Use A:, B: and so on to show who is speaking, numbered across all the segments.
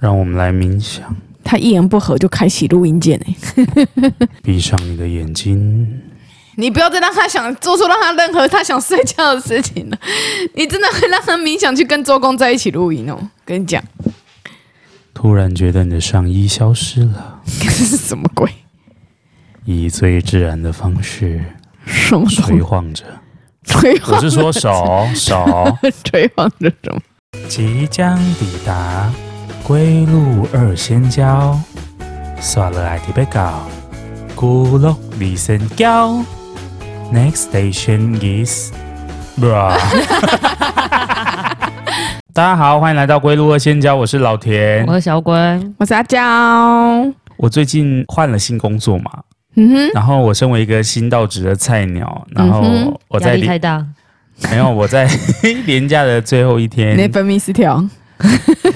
A: 让我们来冥想，
B: 他一言不合就开启录音键哎、
A: 闭上你的眼睛，
B: 你不要再让他想做出让他任何他想睡觉的事情了， 你真的会让他冥想去跟周公在一起录音哦。跟你讲，
A: 突然觉得你的上衣消失了，
B: 这是什么鬼？
A: 以最自然的方式
B: 什么
A: 垂晃着。
B: 吹
A: 我
B: 晃
A: 是说手手，
B: 吹晃这种？
A: 即将抵达归路二仙交，刷了爱迪贝高，咕噜李仙交。Next station is bra 。大家好，欢迎来到归路二仙交，我是老田
C: 我。是小鬼，
B: 我是阿娇，
A: 我最近换了新工作嘛，
B: 嗯哼，
A: 然后我身为一个新到职的菜鸟，然
B: 嗯
A: 后
B: 哼
A: 我
C: 压
A: 在
C: 力
A: 连
C: 太大，
A: 没有我在年假的最后一
B: 你的
A: 天，
B: 分泌失调，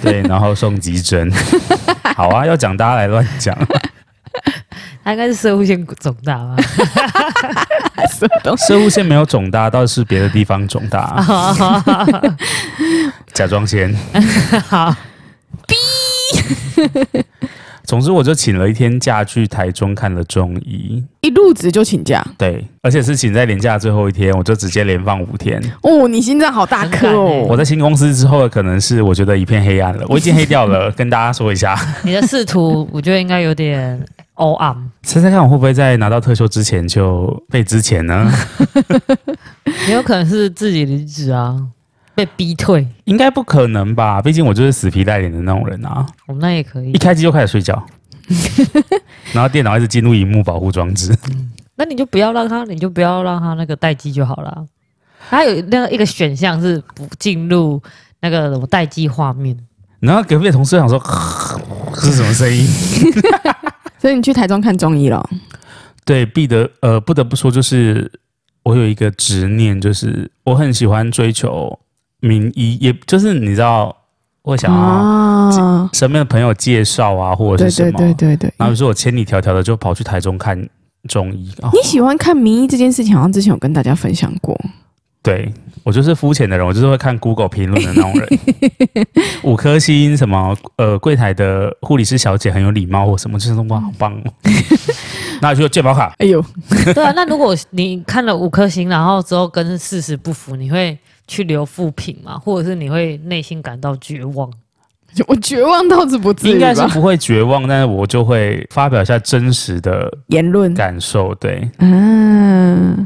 A: 对，然后送急诊。好啊，要讲大家来乱 讲，
C: 他应该是射物线肿大吧？
B: 什么东西？
A: 射物线没有肿大，倒是别的地方肿大，
C: 好好好
A: 甲状腺。
C: 好，
A: 总之，我就请了一天假去台中看了中医，
B: 一入职就请假
A: 对，而且是请在年假的最后一天，我就直接连放五天。
B: 哦，你心脏好大颗
C: 很
A: 我
B: 哦，
A: 在新公司之后，可能是我觉得一片黑暗了，我已经黑掉了， 跟大家说一下。
C: 你的仕途我觉得应该有点 all on，
A: 猜猜看，我会不会在拿到特休之前就被之前 呢？
C: 也有可能是自己离职啊，被逼退，
A: 应该不可能吧，毕竟我就是死皮赖脸的那种人啊！
B: 嗯
C: 我们那也可以
A: 一。开机就开始睡 觉，然后电脑一直进入荧幕保护装置。
C: 那你就不要让他，你就不要让他那个待机就好了。他有那个一个选项是不进入那个什么待机画面，
A: 然后隔壁的同事想说， 这是什么声音？
B: 所以你去台中看中医了，
A: 对，必得呃，不得不说，就是我有一个执念，就是我很喜欢追求名医，也就是你知道，我想要
B: 啊，
A: 身边的朋友介绍啊，或者
B: 对
A: 是什
B: 对
A: 么。啊
B: 对对对，
A: 然后于是我千里迢迢的就跑去台中看中医。哦
B: 你喜欢看名医这件事情，好像之前有跟大家分享过，
A: 对我就是肤浅的人，我就是会看 Google 评论的那种 人。五颗星什么呃，柜台的护理师小姐很有礼貌或什么，就是说哇好棒 哦。那就健保卡，
B: 哎呦，
C: 对啊。那如果你看了五颗星，然后之后跟事实不符，你会去留负评吗？或者是你会内心感到绝望？
B: 我绝望倒是不至
A: 应
B: 于
A: 该是
B: 吧？
A: 不会绝望，但是我就会发表一下真实的
B: 言论
A: 感
B: 嗯
A: 受，对，
B: 啊，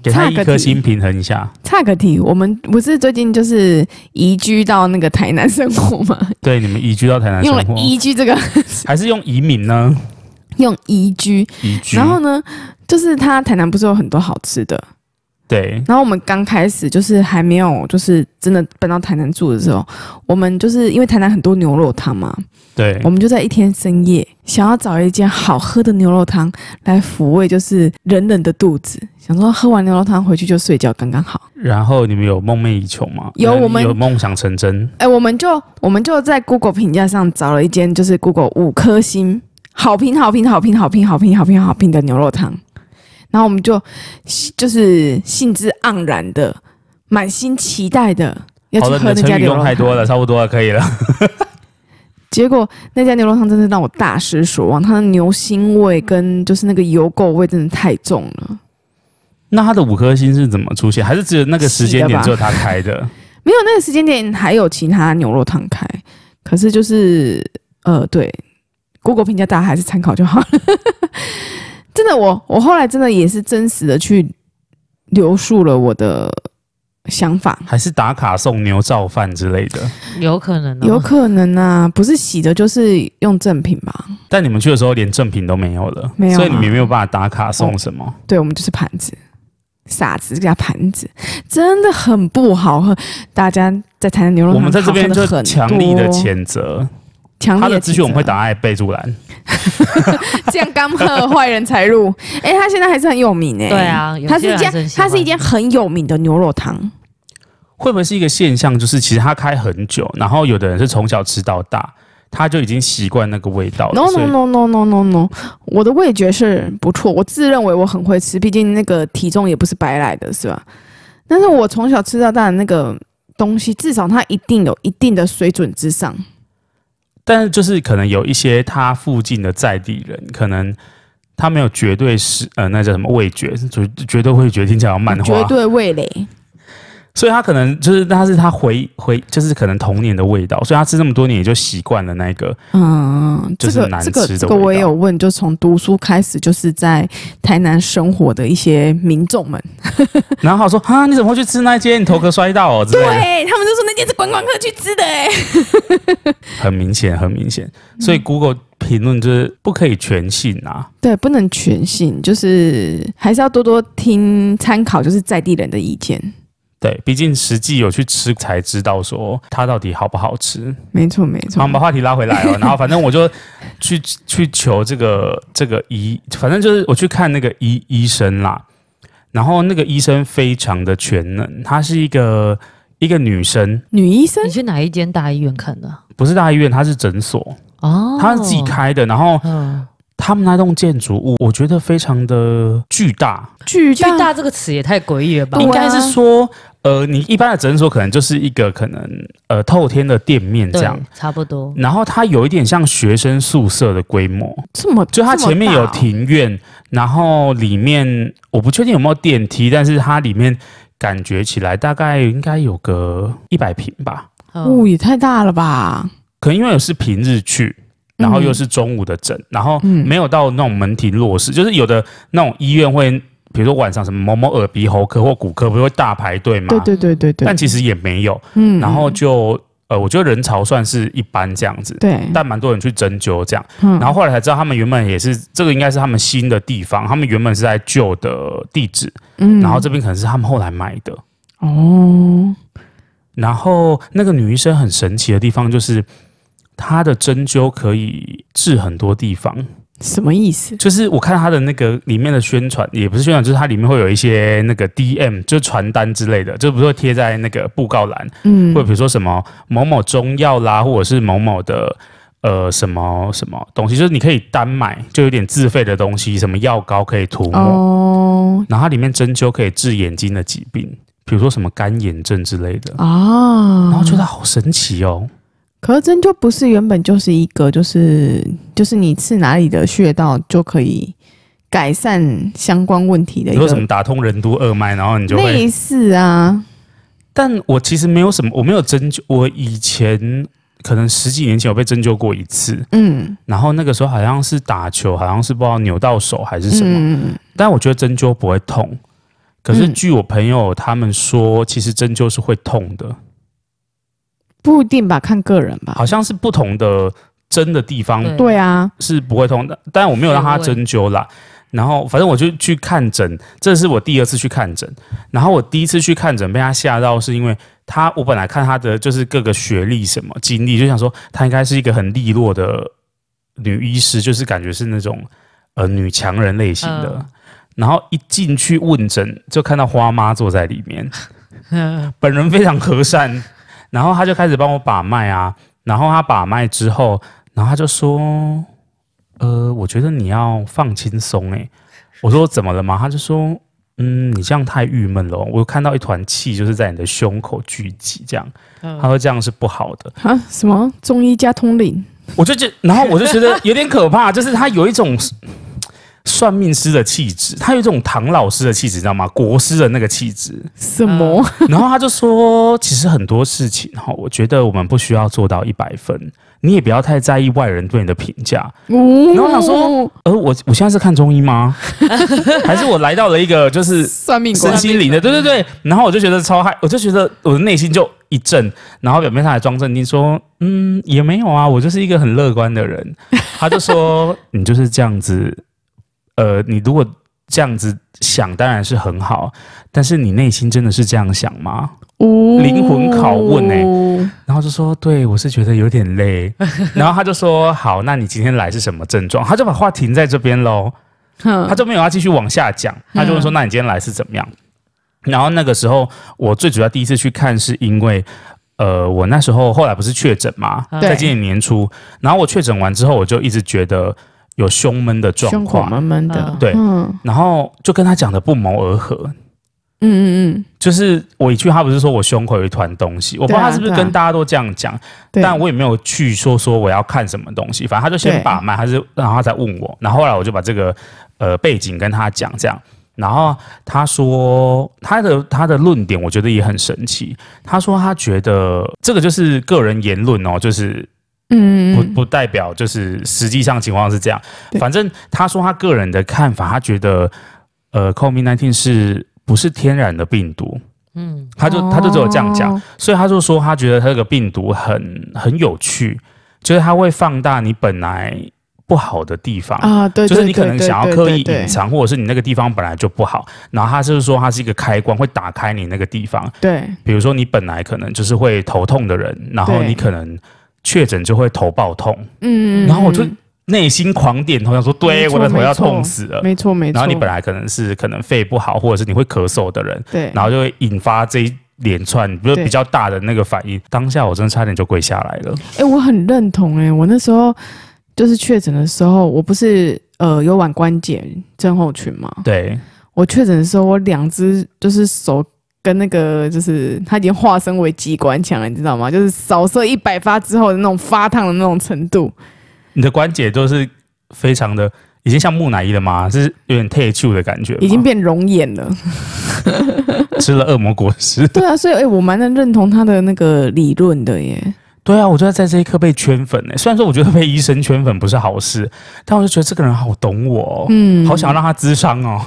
A: 给他
B: 差
A: 一
B: 个
A: 颗
B: 题
A: 星平衡一下。
B: 差个题，我们不是最近就是移居到那个台南生活吗？
A: 对，你们移居到台南生
B: 用了
A: 活，
B: 移居这个，
A: 还是用移民呢？
B: 用移居，
A: 移居，
B: 然后呢，就是它台南不是有很多好吃的，
A: 对，
B: 然后我们刚开始就是还没有就是真的搬到台南住的时候，我们就是因为台南很多牛肉汤嘛，
A: 对
B: 我，们就在一天深夜想要找一间好喝的牛肉汤来抚慰就是冷冷的肚子，想说喝完牛肉汤回去就睡觉刚刚好。
A: 然后你们有梦寐以求吗？
B: 有
A: 那你
B: 我们
A: 有梦想成真，
B: 哎、我们就我们就在 Google 评价上找了一间，就是 Google 五颗星好评好评好评好评好评好评好评的牛肉汤，然后我们就就是兴致盎然的，满心期待的要
A: 好
B: 去
A: 了，你
B: 喝
A: 的
B: 那家
A: 成语
B: 牛
A: 用
B: 肉
A: 太多
B: 汤。
A: 了，差不多了，可以了。
B: 结果那家牛肉汤真的让我大失所望，它的牛腥味跟就是那个油垢味真的太重了。
A: 那它的五颗星是怎么出现？还是只有那个时间点只
B: 洗
A: 有他开的？
B: 没有那个时间点还有其他牛肉汤开，可是就是呃，对，Google 评价大家还是参考就好了。 真的，我我后来真的也是真实的去留述了我的想法，
A: 还是打卡送牛造饭之类的？
C: 有可能、
A: 嗯
C: 哦，
B: 有可能啊，不是洗的，就是用正品吧？
A: 但你们去的时候连正品都没有了，
B: 没有啊哦
A: 所以你们没有办法打卡送什么。
B: 对，我们就是盘子。傻子加盘子真的很不好喝，大家在台南牛肉
A: 我
B: 汤
A: 们在这边
B: 好喝
A: 就
B: 得很
A: 强力的
B: 多，
A: 谴责，
B: 强
A: 他
B: 烈
A: 的资讯我们
B: 谴责
A: 会打在备注栏。
B: 这样刚喝坏人才入。哎、他现在还是很有名哎、
C: 对，啊，有
B: 他
C: 些
B: 是一
C: 人
B: 家
C: 还很，喜
B: 他是一
C: 欢
B: 间很有名的牛肉汤。
A: 会不会是一个现象？就是其实他开很久，然后有的人是从小吃到大，他就已经习惯那个味道了。
B: No
A: 所
B: no
A: 以
B: no no no no no，我的味觉是不错，我自认为我很会吃，毕竟那个体重也不是白来的，是吧？但是我从小吃到大的那个东西，至少它一定有一定的水准之上。
A: 但是就是可能有一些他附近的在地人，可能他没有绝对是呃那叫什么味觉，绝绝对会觉得听起来像漫画，啊
B: 绝对味蕾。
A: 所以他可能就是他是他回回就是可能童年的味道，所以他吃这么多年也就习惯了那个。
B: 嗯，
A: 就
B: 这
A: 是
B: 个
A: 难
B: 这个
A: 吃的
B: 这个
A: 味道
B: 我也有问，就从读书开始，就是在台南生活的一些民众们，
A: 然后他说啊你怎么会去吃那间？你头壳摔到哦之类的，
B: 对他们就说那间是观光客去吃的、
A: 哎
B: 欸，
A: 很明显很明显。所以 Google 评论就是不可以全信啊。
B: 对，不能全信，就是还是要多多听参考，就是在地人的意见，
A: 对，毕竟实际有去吃才知道说它到底好不好吃。
B: 没错没
A: 好，
B: 错
A: 我们，把话题拉回来哦。然后反正我就去去求这个这个医，反正就是我去看那个医医生啦。然后那个医生非常的全能，她是一个一个女生，
B: 女医生
C: 你去哪一间大医院看的？
A: 不是大医院，她是诊所，
C: 哦，
A: 她是自己。开的。然后
C: 嗯，
A: 他们那栋建筑物，我觉得非常的巨大，
B: 巨
C: 巨大这个词也太诡异了吧
B: 对啊？
A: 应该是说，呃，你一般的诊所可能就是一个可能呃透天的店面这样
C: 对，，差不多。
A: 然后它有一点像学生宿舍的规模，
B: 这么
A: 就它
B: 这么
A: 前面有
B: 大哦
A: 庭院，然后里面我不确定有没有电梯，但是它里面感觉起来大概应该有个一百平吧，
B: 哦，
C: 嗯，
B: 也太大了吧？
A: 可能因为我是平日去。然后又
B: 嗯
A: 是中午的诊，然后
B: 嗯
A: 没有到那种门庭若市，就是有的那种医院会，比如说晚上什么某某耳鼻喉科或骨科，不是会大排队吗？
B: 对对对对对
A: 但，其实也没有，
B: 嗯
A: 然后就呃，我觉得人潮算是一般这样子，
B: 对，
A: 但蛮多人去针灸这样。
B: 嗯
A: 然后后来才知道，他们原本也是这个，应该是他们新的地方，他们原本是在旧的地址，
B: 嗯
A: 然后这边可能是他们后来买的。
B: 哦，
A: 然后那个女医生很神奇的地方就是，她的针灸可以治很多地方。
B: 什么意思？
A: 就是我看她的那个里面的宣传，也不是宣传，就是它里面会有一些那个 DM，就是传单之类的，就不是会贴在那个布告栏，
B: 嗯
A: 或者比如说什么某某中药啦，或者是某某的呃什么什么东西，就是你可以单买，就有点自费的东西，什么药膏可以涂抹，
B: 哦
A: 然后它里面针灸可以治眼睛的疾病，比如说什么干眼症之类的，
B: 啊，
A: 然后觉得好神奇哦。
B: 可是针灸不是原本就是一个，就是就是你刺哪里的穴道就可以改善相关问题的
A: 比
B: 一
A: 如说什么
B: 个
A: 打通任督二脉，然后你就会。
B: 类似啊，
A: 但我其实没有什么，我没有针灸，我以前。可能十几年前有被针灸过一次，
B: 嗯，
A: 然后那个时候好像是打球，好像是不知道扭到手还是什么，
B: 嗯
A: 但我觉得针灸不会痛。可是
B: 嗯
A: 据我朋友他们说，其实针灸是会痛的，
B: 不一定吧，看个人吧。
A: 好像是不同的针的地方
C: 对
B: 对啊，
A: 是不会痛的。但我没有让他针灸啦。然后反正我就去看诊，这是我第二次去看诊。然后我第一次去看诊被他吓到，是因为他我本来看他的就是各个学历什么经历，就想说他应该是一个很利落的女医师，就是感觉是那种呃女强人类型的。
C: 嗯
A: 然后一进去问诊，就看到花妈坐在里面，本人非常和善，然后他就开始帮我把脉啊，然后他把脉之后，然后他就说，呃，我觉得你要放轻松诶、我说怎么了嘛？他就说，嗯，你这样太郁闷了哦、我看到一团气就是在你的胸口聚集，这样，
C: 嗯
A: 他说这样是不好的，
B: 啊，什么中医加通灵，
A: 我就觉，然后我就觉得有点可怕，就是他有一种。算命师的气质，他有一种唐老师的气质，你知道吗？国师的那个气质，
B: 什么？
A: 然后他就说，其实很多事情哈，我觉得我们不需要做到一百分，你也不要太在意外人对你的评价。
B: 然
A: 嗯然后我想说，而我我现在是看中医吗？还是我来到了一个就是
B: 算命
A: 身
B: 官
A: 心灵的？对对对。然后我就觉得超嗨，我就觉得我的内心就一震，然后表面上还装镇定说，嗯，也没有啊，我就是一个很乐观的人。他就说，你就是这样子，呃，你如果这样子想当然是很好，但是你内心真的是这样想吗？
B: 哦
A: 灵魂拷问欸然后就说：“对我是觉得有点累。”然后他就说：“好，那你今天来是什么症状？”他就把话停在这边喽，
B: 哼
A: 他就没有要继续往下讲。他就问说：“
B: 嗯
A: 那你今天来是怎么样？”然后那个时候，我最主要第一次去看，是因为呃，我那时候后来不是确诊嘛，
C: 嗯
A: 在今年年初，然后我确诊完之后，我就一直觉得有胸闷的状
B: 胸口
A: 况，
B: 闷闷的，
A: 对
B: 嗯，
A: 然后就跟他讲的不谋而合。
B: 嗯嗯嗯，
A: 就是我一去，他不是说我胸口有一团东西，我不知道
B: 对啊
A: 他是不是
B: 对啊
A: 跟大家都这样讲，
B: 嗯对，
A: 但我也没有去说说我要看什么东西，反正他就先
B: 对
A: 把脉，他是然后他再问我，然后后来我就把这个呃背景跟他讲这样，然后他说他的他的论点我觉得也很神奇，他说他觉得这个就是个人言论哦，就是
B: 嗯
A: 不
B: 嗯嗯
A: 不代表就是实际上情况是这样，
B: 对
A: 反正他说他个人的看法，他觉得呃 COVID 1 9是不是天然的病毒？
C: 嗯，
A: 他就他就只有这样讲，
B: 哦
A: 所以他就说他觉得他这个病毒很很有趣，就是它会放大你本来不好的地方。
B: 啊，对，
A: 就是
B: 对
A: 你可能
B: 对
A: 想要
B: 对
A: 刻
B: 对
A: 意
B: 对
A: 隐藏，或者是你那个地方本来就不好，然后他就是说它是一个开关，会打开你那个地方。
B: 对
A: 比如说你本来可能就是会头痛的人，然后
B: 对
A: 你可能确诊就会头爆痛，
B: 嗯，嗯
A: 然后我就
B: 嗯
A: 内心狂点头，想说对
B: 没错
A: 我的头要
B: 没错
A: 痛死了。
B: 没错没错，
A: 呃然后你本来可能是可能肺不好，或者是你会咳嗽的人，
B: 对，
A: 然后就会引发这一连串，比如
B: 对
A: 比较大的那个反应。当下我真的差点就跪下来了。
B: 哎、我很认同哎、我那时候就是确诊的时候，我不是呃有腕关节症候群嘛，
A: 对，
B: 我确诊的时候，我两只就是手跟那个就是它已经化身为机关枪了，你知道吗？就是扫射一百发之后的那种发烫的那种程度，
A: 你的关节都是非常的，已经像木乃伊了吗？是有点退去的感觉吗，
B: 已经变龙眼了。。
A: 吃了恶魔果实
B: 对啊，所以哎、我蛮能认同他的那个理论的耶。
A: 对啊，我就在这一刻被圈粉呢、欸虽然说我觉得被医生圈粉不是好事，但我就觉得这个人好懂我、哦，
B: 嗯，
A: 好想让他智商哦。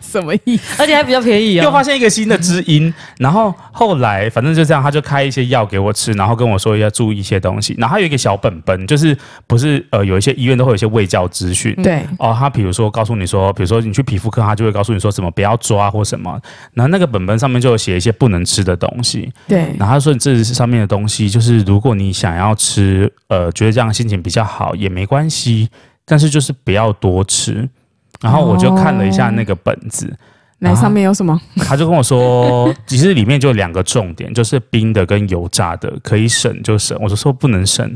B: 什么意思？
C: 而且还比较便宜
A: 又发
C: 哦。
A: 现一个新的知音，然后后来反正就这样，他就开一些药给我吃，然后跟我说要注意一些东西，然后还有一个小本本，就是不是呃有一些医院都会有一些卫教资讯。
B: 对，
A: 哦，他比如说告诉你说，比如说你去皮肤科，他就会告诉你说什么不要抓或什么。然后那个本本上面就有写一些不能吃的东西。
B: 对，
A: 然后他说这上面的东西，就是如果你想要吃，呃，觉得这样心情比较好也没关系，但是就是不要多吃。然后我就看了一下那个本子，
B: 来上面有什么？
A: 他就跟我说，其实里面就有两个重点，就是冰的跟油炸的，可以省就省。我就说不能省，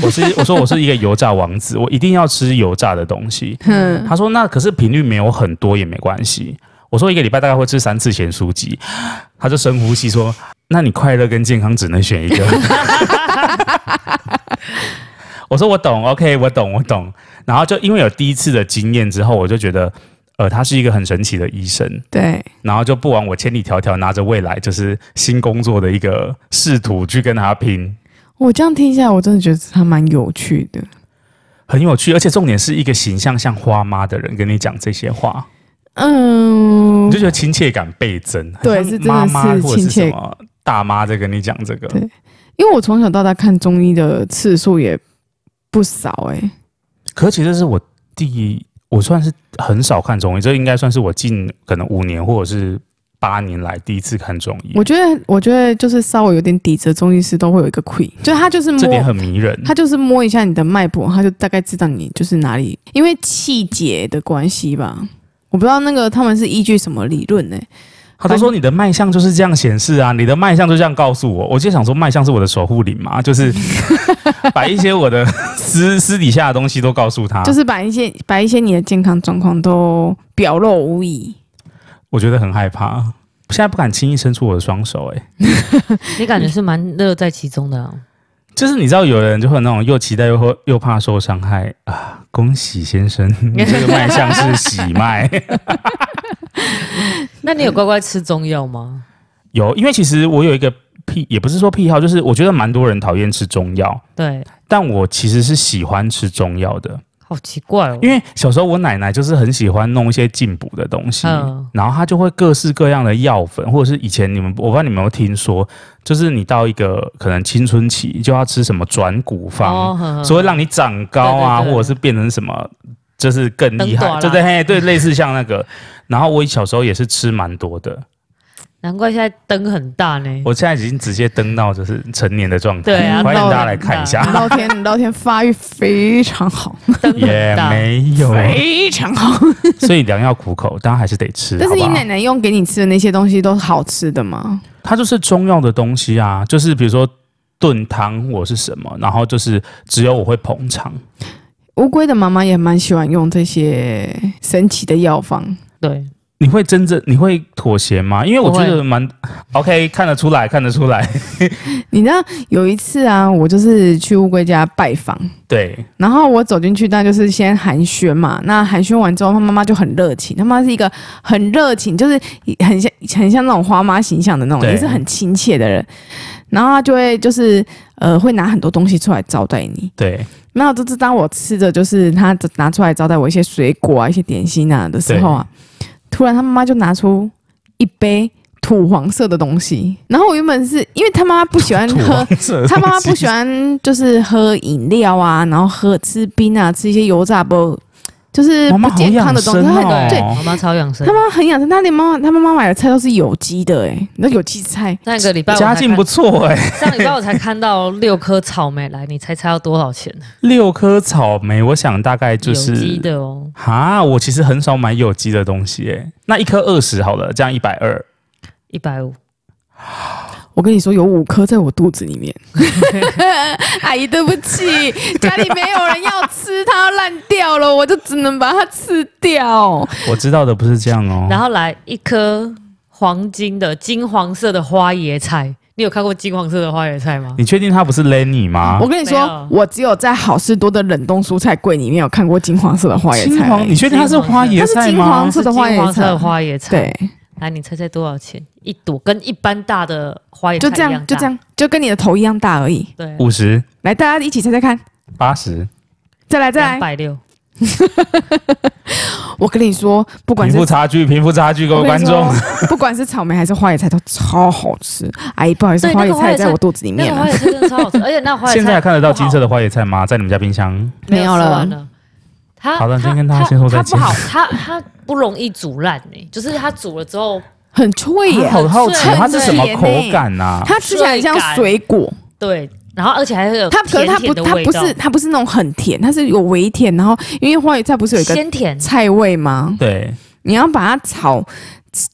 A: 我是我说我是一个油炸王子，我一定要吃油炸的东西。
B: 嗯，
A: 他说那可是频率没有很多也没关系。我说一个礼拜大概会吃三次咸酥鸡，他就深呼吸说，那你快乐跟健康只能选一个。 我说我懂，OK，我懂，我懂。然后就因为有第一次的经验之后，我就觉得，呃，他是一个很神奇的医生。
B: 对，
A: 然后就不枉我千里迢迢拿着未来就是新工作的一个试图去跟他拼，
B: 我这样听下来，我真的觉得他蛮有趣的。
A: 很有趣，而且重点是一个形象像花妈的人跟你讲这些话，
B: 嗯
A: 你就，觉得亲切感倍增，
B: 对
A: 很像
B: 是真的
A: 妈妈
B: 是
A: 或者
B: 亲
A: 是
B: 切
A: 什么大妈在跟你讲这个，
B: 对因为我从小到大看中医的次数也不少哎、
A: 嗯可其实是我第我算是很少看中医，这应该算是我近可能五年或者是八年来第一次看中医
B: 我，觉得，我觉得就是稍微有点底子的中医师都会有一个 q u e 就是他就是
A: 这点
B: 摸，
A: 很迷人。
B: 他就是摸一下你的脉搏，他就大概知道你就是哪里，因为气节的关系吧。我不知道那个他们是依据什么理论呢、欸
A: 他都说你的脉象就是这样显示啊，你的脉象就这样告诉我。我就想说，脉象是我的守护灵嘛，就是 把一些我的 私私底下的东西都告诉他。
B: 就是把一些把一些你的健康状况都表露无 遗。
A: 我觉得很害怕，现在不敢轻易伸出我的双手、欸。哎，
C: 你感觉是蛮乐在其中的啊，
A: 就是你知道，有人就会有那种又期待又会又怕受伤害啊。恭喜先生， 你这个脉象是喜 脉。
C: 那你有乖乖吃中药吗？
A: 有，因为其实我有一个癖，也不是说癖好，就是我觉得蛮多人讨厌吃中药，
C: 对，
A: 但我其实是喜欢吃中药的。
C: 好奇怪哦。
A: 因为小时候我奶奶就是很喜欢弄一些进补的东西，
C: 嗯
A: 然后她就会各式各样的药粉，或者是以前你们我不知道你们有没有听说，就是你到一个可能青春期就要吃什么转骨方，
C: 哦
A: 所以让你长高啊，
C: 对对对
A: 或者是变成什么。就是更厉
C: 等短
A: 害，
C: 啦
A: 对对嘿， 对，类似像那个。然后我小时候也是吃蛮多的，
C: 难怪现在灯很大呢。
A: 我现在已经直接登到就是成年的状态，
C: 对啊
A: 欢迎
B: 到
A: 大家来看一下，
B: 老天，老天发育非常好，
C: 灯很
A: 也
C: 大，
A: 没有，啊
B: 非常好。
A: 所以良药苦口，当然还是得吃。
B: 但是
A: 好不
B: 你
A: 好
B: 奶奶用给你吃的那些东西都是好吃的吗？
A: 它就是中药的东西啊，就是比如说炖汤或是什么，然后就是只有我会捧场。
B: 乌龟的妈妈也蛮喜欢用这些神奇的药方，
C: 对，
A: 你会真正你会妥协吗？因为我觉
C: 不
A: 得蛮 OK，看得出来，看得出来。
B: 你知道有一次啊，我就是去乌龟家拜访，
A: 对，
B: 然后我走进去，但就是先寒暄嘛。那寒暄完之后，他妈妈就很热情，他妈是一个很热情，就是很像很像那种花妈形象的那种，
A: 对
B: 也是很亲切的人。然后他就会就是呃，会拿很多东西出来招待你。
A: 对，
B: 那就是当我吃着就是他拿出来招待我一些水果啊、一些点心啊的时候啊，突然他妈妈就拿出一杯土黄色的东西，然后我原本是因为他妈妈不喜 欢
A: 土
B: 喝
A: 黄，色的
B: 他妈妈
A: 东西
B: 不喜欢就是喝饮料啊，然后喝吃冰啊，吃一些油炸不就是
A: 妈妈
B: 不
A: 好
B: 健康的东西，
A: 养
B: 他
A: 生
B: 很
A: 哦
B: 对。
C: 我妈超养生
B: 他，妈妈很养生，他连妈妈他妈妈买的菜都是有机的哎、那有机菜
C: 上个礼拜我才
A: 家
C: 看
A: 境不错哎、
C: 上礼拜我才看到六颗草莓来，你猜猜要多少钱？
A: 六颗草莓，我想大概就
C: 有机
A: 是
C: 的哦，
A: 哈，我其实很少买有机的东西哎、那一颗二十好了，这样一百二。
C: 一百五。
B: 我跟你说，有五颗在我肚子里面。 阿姨，对不 起，家里没有人要吃，它要烂掉了，我就只能把它吃掉。
A: 我知道的不是这样 哦、
C: 然后来一颗黄金的金黄色的花椰菜，你有看过金黄色的花椰菜吗？
A: 你确定它不是 Lenny 吗
B: 我？跟你
C: 没
B: 说
C: 有，
B: 我只有在好事多的冷冻蔬菜柜里面有看过金黄色的花椰
A: 金
B: 菜而
A: 黄，
B: 已
A: 你。确定它是花椰
B: 它是
A: 菜
B: 金黄
A: 吗？
B: 色的花椰菜
C: 金黄色的花椰菜。，
B: 对，
C: 来你猜猜多少钱？一朵跟一般大的花椰菜
B: 就这
C: 一
B: 样，
C: 大
B: 就这。样，就跟你的头一样大而已。
C: 对，
A: 五十、
B: 来，大家一起猜猜看，
A: 八十，
B: 再来再
C: 两
B: 来。
C: 百六，
B: 我跟你说，不管
A: 贫
B: 是
A: 富差距，贫富差距，各
B: 我
A: 位
B: 跟
A: 观
B: 你
A: 众
B: 说， 不管是草莓还是花椰菜，都超好吃。阿姨，不好意思，
C: 对
B: 花
C: 那个
B: 椰
C: 花椰
B: 菜
C: 菜
B: 在我肚子里
C: 那
B: 面
C: 个花
B: 了。
C: 椰菜真的超好吃，而且那花椰菜
A: 现在还看得到金色
C: 的，
A: 的花椰菜吗？在你们家冰箱？
C: 哦没有
B: 没有了
C: 吃完了。它
A: 好的
C: 它
A: 先跟大
C: 它
A: 家先说再见
C: 它不好，它它不容易煮烂诶，就是它煮了之后，
B: 很脆耶，
C: 啊
A: 好好奇
C: 脆
A: 它是什么
B: 很
A: 口
B: 甜欸
A: 感呐、啊？
B: 它吃起来很像
C: 脆感
B: 水果。
C: 对，然后而且还会有
B: 它可是
C: 甜
B: 它不
C: 啊甜的
B: 它
C: 味
B: 不
C: 道，
B: 是它不是那种很甜，它是有微甜，然后因为花椰菜不是有一个
C: 鲜甜，
B: 菜味吗？
A: 对，
B: 你要把它炒，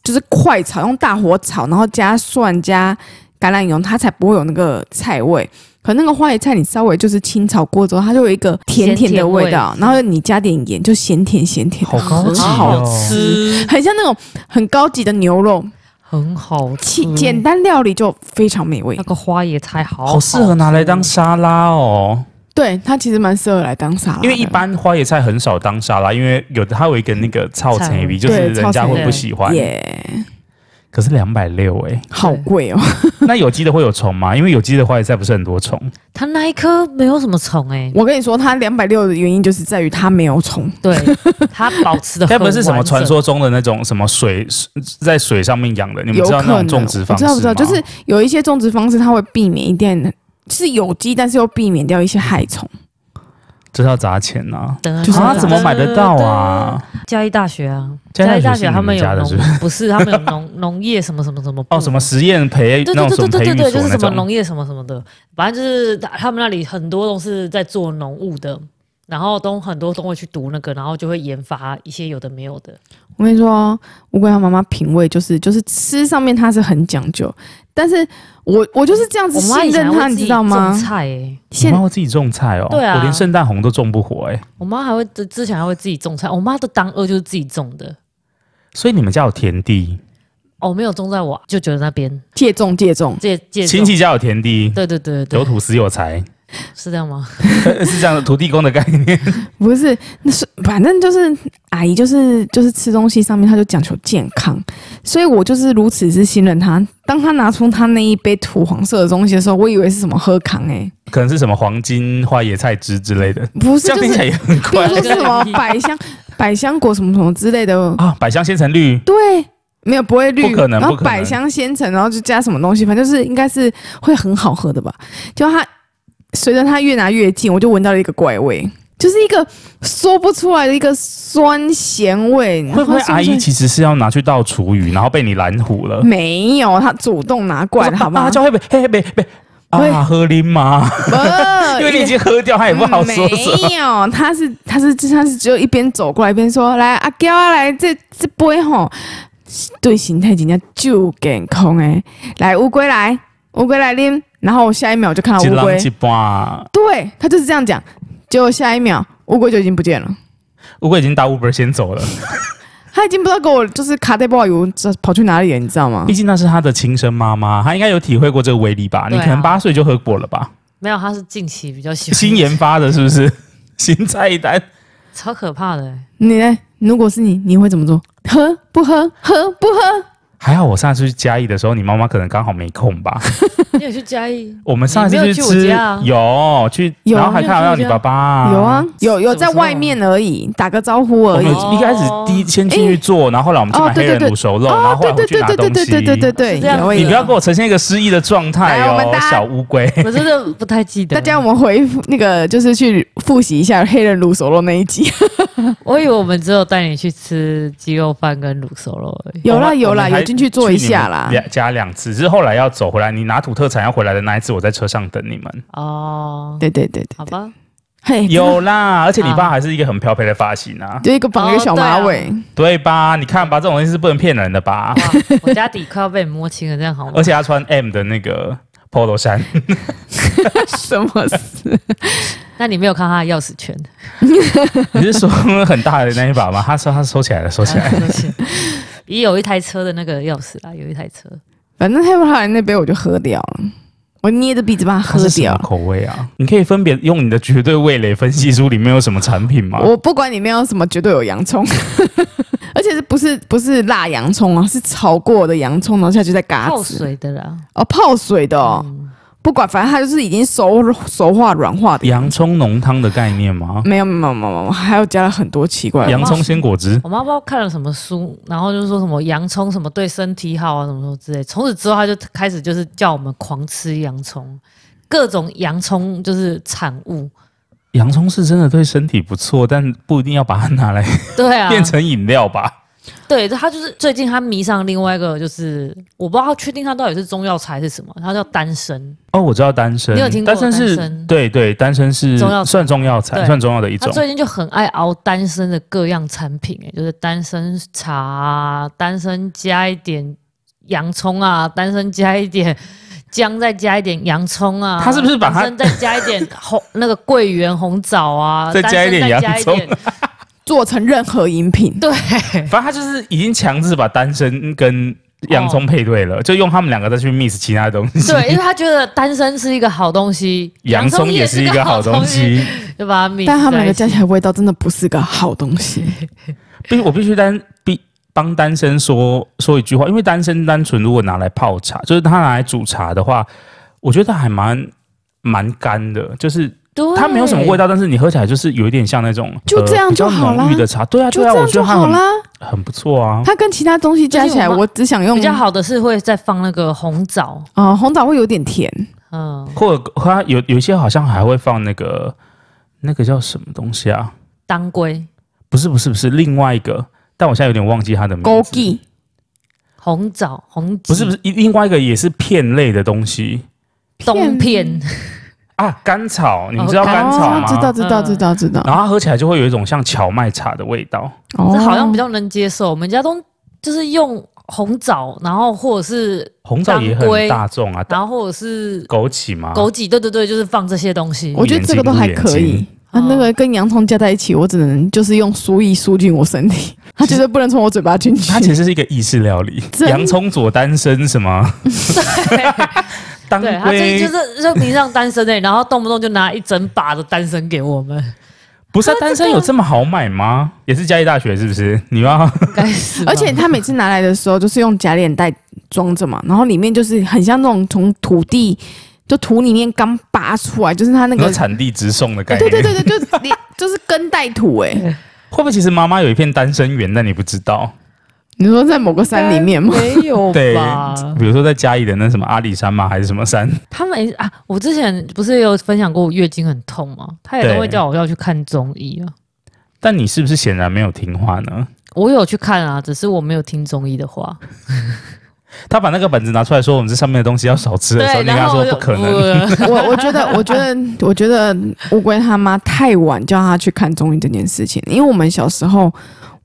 B: 就是快炒，用大火炒，然后加蒜加橄榄油，它才不会有那个菜味。可那个花椰菜，你稍微就是清炒过之后，它就有一个甜甜的味道，
C: 咸甜味
B: 然后你加点盐，就咸甜咸甜
A: 好
B: 的，
A: 高级哦
B: 很好吃，
C: 吃
B: 很像那种很高级的牛肉，
C: 很好吃
B: 其，简单料理就非常美味
C: 那。个花椰菜好
A: 好适合拿来当
C: 吃
A: 沙拉哦。
B: 对，它其实蛮适合来当沙拉的，
A: 因为一般花椰菜很少当沙拉，因为有它有一个那个草莓味，就是
B: 对
A: 人家会不
C: 草
A: 喜欢。
B: 耶
A: 可是两百六哎，
B: 好贵哦。
A: 那有机的会有虫吗？因为有机的花椰菜不是很多虫，
C: 它那一颗没有什么虫哎、
B: 我跟你说，它两百六的原因就是在于它没有虫，
C: 对，它保持 的。
A: 该不会是什么传？说中的那种什么水在水上面养的？你们
B: 有
A: 知道
B: 可
A: 那
B: 能
A: 种种植方式吗？
B: 我知道，不知道？就是有一些种植方式，它会避免一点是有机，但是又避免掉一些害虫。
A: 这要砸钱呐。
B: 就是
A: 啊，怎么买得到？啊？
C: 嘉义大学啊，
A: 嘉义
C: 义
A: 大
C: 大
A: 学是
C: 学他
A: 你们
C: 们有
A: 家的是不
C: 农，不是他们有 农农业什么什么什么部
A: 哦，什么实验培
C: 对
A: 那种
C: 对
A: 什
C: 对
A: 么
C: 对
A: 培
C: 对
A: 育
C: 对，
A: 所
C: 就是
A: 那
C: 什么
A: 种，
C: 农业什么什么的，反正就是他们那里很多都是在做农务的，然后都很多都会去读那个，然后就会研发一些有的没有的。
B: 我跟你说，乌龟它妈妈品味就是就是吃上面它是很讲究，但是我我就是这样子
C: 我妈
B: 信
C: 以前
B: 任
C: 还
B: 它，
C: 会
B: 你
C: 自己
B: 知道
C: 种
B: 吗？
C: 菜哎，
A: 你
B: 现
A: 妈会自己种菜哦。
C: 对啊
A: 我连圣诞红都种不活哎。
C: 我妈还会之之前还会自己种菜，我妈的当二就是自己种的。
A: 所以你们家有田地，
C: 哦，没有种在我舅舅那边，
B: 借种借种，
C: 借借种
A: 亲。戚家有田地，
C: 对对对
A: 有
C: 对，
A: 土司有财，
C: 是这样吗？
A: 是这样的土地公的概念。
B: 不是，那是反正就是阿姨，就是就是吃东西上面，她就讲求健康，所以我就是如此之信任她。当她拿出她那一杯土黄色的东西的时候，我以为是什么喝康哎、
A: 可能是什么黄金花椰菜汁之类的，
B: 不是，
A: 这样
B: 就
A: 听起来
B: 是
A: 也 很
B: 比如
A: 快
B: 说是什么百香百香果什么什么之类的，
A: 啊！百香鲜橙绿，
B: 对，没有不会绿，
A: 不可能
B: 然
A: 不
B: 后
A: 可能
B: 百香鲜橙，然后就加什么东西，反正就是应该是会很好喝的吧。就它随着它越拿越近，我就闻到了一个怪味。就是一个说不出来的一个酸咸味，然
A: 会不会
B: 后说
A: 阿
B: 出来
A: 姨其实是要拿去倒厨余，然后被你拦虎
C: 嗯
A: 了？
B: 没有，他主动拿过来的，好
A: 啊
B: 吗？
A: 就会被嘿被被
B: 喂
A: 啊喝啉吗？
B: 不
C: 呃
A: 因为你已经喝掉，他也不好说
C: 嗯
A: 什么。
B: 没有，他是他是他是只有一边走过来一边说：“来，阿娇啊，来这这杯吼，对形态真的就健康诶。来，乌龟来，乌龟来拎。”然后下一秒就看到
A: 一
B: 乌
A: 浪
B: 龟
A: 一，半，
B: 对他就是这样讲。结果下一秒乌龟就已经不见了，
A: 乌龟已经打 Uber 先走了，
B: 他他已经不知道给我就是卡带不好油跑去哪里了，你知道吗
A: 毕？竟那是他的亲生妈妈，他应该有体会过这个威力吧？你
C: 对啊
A: 可能八岁就喝过了吧？
C: 没有，他是近期比较喜欢
A: 新研发的是不是？新菜单，
C: 超可怕的、欸，
B: 你呢？如果是你，你会怎么做？喝不喝？喝不喝？
A: 还好我上次去嘉义的时候，你妈妈可能刚好没空吧。
C: 你有去嘉义？
A: 我们上一次
C: 你没有去我
A: 吃
C: 家啊
A: 有去，
B: 有啊
A: 然后还看到你爸爸、
B: 有啊，，有有
C: 什么时
B: 在
C: 候
B: 外面而已，打个招呼
A: 我
B: 而已
A: 们。一开始第一先进去做，然后后来我们去
B: 哦
A: 买黑
B: 对对
A: 人
B: 对
A: 卤熟肉，然后后来
B: 对
A: 回
B: 对
A: 去
B: 对
A: 拿
B: 对
A: 东
B: 对
A: 西。
B: 对对对对
C: 是这样
B: 对，有
A: 你
C: 子
B: 有
A: 不要给我呈现一个失忆的状态
B: 来我们
A: 哦
B: 大，家
A: 小乌龟。
C: 我真的不太 记得。
B: 大家，我们回复那个就是去复习一下黑人卤熟肉那一 集。
C: 我以为我们只有带你去吃鸡肉饭跟卤熟肉而已。
B: 有啦
A: 我们
B: 有
A: 我
B: 啦，
A: 们还
B: 有进去做一下啦
A: 去你。们两加两次，只是后来要走回来，你拿土特产要回来的那一次，我在车上等你 们。
C: 哦，
B: 对对对对，
C: 好吧，
B: 嘿，
A: 有啦，而且你爸
C: 啊
A: 还是一个很漂配的发型啊，
B: 就一个绑一个小马尾，
A: 对吧？你看吧，这种东西是不能骗人的 吧？
C: 哇 我家底快要被你摸清了，这样好吗
A: 而？且他穿 M 的那个 polo 衫，
B: 什么
A: 啊
B: 事？
C: 那你没有看他的钥匙圈？
A: 你是说很大的那一把吗？他说他收起来了，收
B: 啊
A: 起来
C: 啊
A: 了。
C: 也有一台车的那个钥匙啦，有一台车。
B: 反正黑不来那杯我就喝掉了，我捏着鼻子把它
A: 它
B: 喝
A: 是什
B: 掉
A: 么。口味啊？你可以分别用你的绝对味蕾分析出里面有什么产品吗？
B: 我不管里面有什么，绝对有洋葱， 而且是不是不是辣洋葱啊？是炒过的洋葱，然后下去再嘎
C: 泡
B: 子
C: 水的啦，
B: 哦，泡水的哦。
A: 嗯
B: 不管，反正它就是已经熟熟化软化的。
A: 洋葱浓汤的概念吗？
B: 没有没有没有没有，还有加了很多奇怪的
A: 洋葱鲜果汁，
C: 我妈不知道看了什么书，然后就说什么洋葱什么对身体好啊，什么什么之类。从此之后，她就开始就是叫我们狂吃洋葱，各种洋葱就是产物。
A: 洋葱是真的对身体不错，但不一定要把它拿来
C: 对啊，
A: 变成饮料吧。
C: 对，她就是最近她迷上另外一个，就是我不知道她确定她到底是中药材还是什么，她叫丹参。
A: 哦，我知道丹参，
C: 你有听过
A: 丹参是
C: 丹参
A: 对对，丹参是
C: 中药材
A: 算中药材，
C: 对
A: 算中药的一
C: 她
A: 种。
C: 最近就很爱熬丹参的各样产品、欸，就是丹参茶、啊，丹参加一点洋葱啊，丹参加一点姜，再加一点洋葱啊。
A: 她是不是把她
C: 丹参再加一点红那个桂圆红枣啊，
A: 再加一点洋葱
C: 丹参再加一点
B: 做成任何饮品。
C: 对，
A: 反正它就是已经强制把丹参跟洋葱配对了，就用它们两个再去 mix 其他的东 西。
C: 对，因为他觉得丹参是一个好东西，
A: 洋葱也是一个好东
C: 洋葱也
A: 西。
C: 是个好东西，就把它 mix
B: 但他们两个加
C: 在一嗯
B: 起来味道真的不是个好东西。
A: 必我必须单必帮丹参说说一句话，因为丹参单纯如果拿来泡茶，就是它拿来煮茶的话，我觉得还蛮蛮干的，就是
C: 对
A: 它没有什么味。道，但是你喝起来就是有一点像那种
B: 就这样
A: 呃比较
B: 就好啦
A: 浓郁的茶。对啊，
B: 就
A: 对
B: 这
A: 啊，我
B: 样
A: 觉
B: 就
A: 得它
B: 好
A: 很
B: 啦。
A: 很不错啊。
B: 它跟其他东西加起来，
C: 而且我妈
B: 我只想用
C: 比较好的是会再放那个红枣，
B: 哦，红枣会有点甜，
C: 嗯，
A: 或者它有有一些好像还会放那个那个叫什么东西啊？
C: 当归、
A: 不是不是不是，另外一个，但我现在有点忘记它的名
B: 枸
A: 字。
B: 杞
C: 红枣、红
A: 不是不
C: 是
A: 是，另外一个也是片类的东西
C: 冬 片，
A: 啊，甘草，你们知道
C: 哦
A: 甘草
B: 哦
A: 吗？
B: 知道知道
C: 嗯
B: 知道知道。
A: 然后它喝起来就会有一种像荞麦茶的味道。
B: 哦
C: 这好像比较能接受。我们家都就是用红枣，然后或者是
A: 红枣也
C: 当归
A: 很大众啊，
C: 然后或者是
A: 枸杞嘛，
C: 枸杞，对对对，就是放这些东西。
B: 我觉得这个都还可
A: 眼睛
C: 嗯
B: 以。啊，那个跟洋葱加在一起，我只能就是用输液输进我身体，它绝对不能从我嘴巴进去。
A: 它其实是一个意式料理，
B: 真
A: 洋葱佐丹参什么当
C: 对，他最
A: 归
C: 近，就是就迷上单身哎、然后动不动就拿一整把的单身给我们，
A: 不是啊丹参有这么好买吗？也是嘉义大学是不是？你要
C: 应 该是吧。
B: 而且他每次拿来的时候，就是用假脸袋装着嘛，然后里面就是很像那种从土地就土里面刚拔出来，就是它那
A: 你说
B: 个，哎
A: 产地直送的概
B: 对
A: 念，
B: 对对对，就连 就是根带土哎、
A: 会不会其实妈妈有一片丹参园，但你不知道？
B: 你说在某个山里面吗？
C: 没有
A: 对
C: 吧？，
A: 比如说在嘉义的那什么阿里山吗？还是什么山？
C: 他们也啊，我之前不是也有分享过我月经很痛吗？他也
A: 对
C: 都会叫我要去看中医啊。
A: 但你是不是显然没有听话呢？
C: 我有去看啊，只是我没有听中医的话。
A: 他把那个本子拿出来说，我们这上面的东西要少吃的时候，你跟他说
C: 我就
A: 不可能。
C: 呃
B: 我我觉得，我觉得，我觉得乌龟他妈太晚叫他去看中医这件事情，因为我们小时候，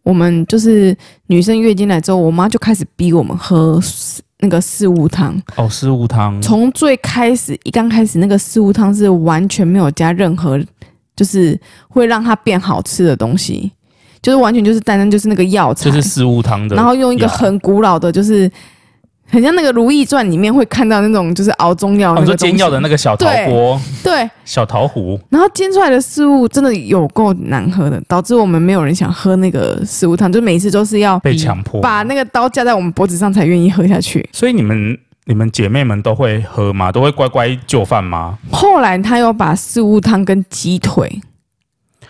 B: 我们就是女生月经来之后，我妈就开始逼我们喝四那个四物汤。
A: 哦，是物汤，
B: 从最开始一刚开始那个四物汤是完全没有加任何，就是会让它变好吃的东西。就是完全就是单单就是那个药
A: 就
B: 材，
A: 是四物汤的，
B: 然后用一个
A: 药
B: 很古老的，就是很像那个《如懿传》里面会看到那种就是熬中药
A: 哦
B: 那
A: 你
B: 个
A: 说
B: 东西、
A: 煎药的那个小陶锅、
B: 对，
A: 小陶壶，
B: 然后煎出来的食物真的有够难喝的，导致我们没有人想喝那个食物汤，就每次都是要
A: 被强迫。
B: 把那个刀架在我们脖子上才愿意喝下去。
A: 所以你们你们姐妹们都会喝吗？都会乖乖就范吗？
B: 后来他又把四物汤跟鸡腿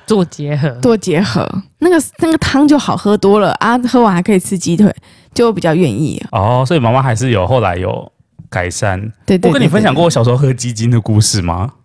C: 做结合。
B: 做结合，那个那个汤就好喝多了啊！喝完还可以吃鸡腿，就比较愿意。
A: 哦，所以妈妈还是有后来有改善。
B: 对对
A: 我跟你分享过，我小时候喝鸡精的故事吗？
B: 哎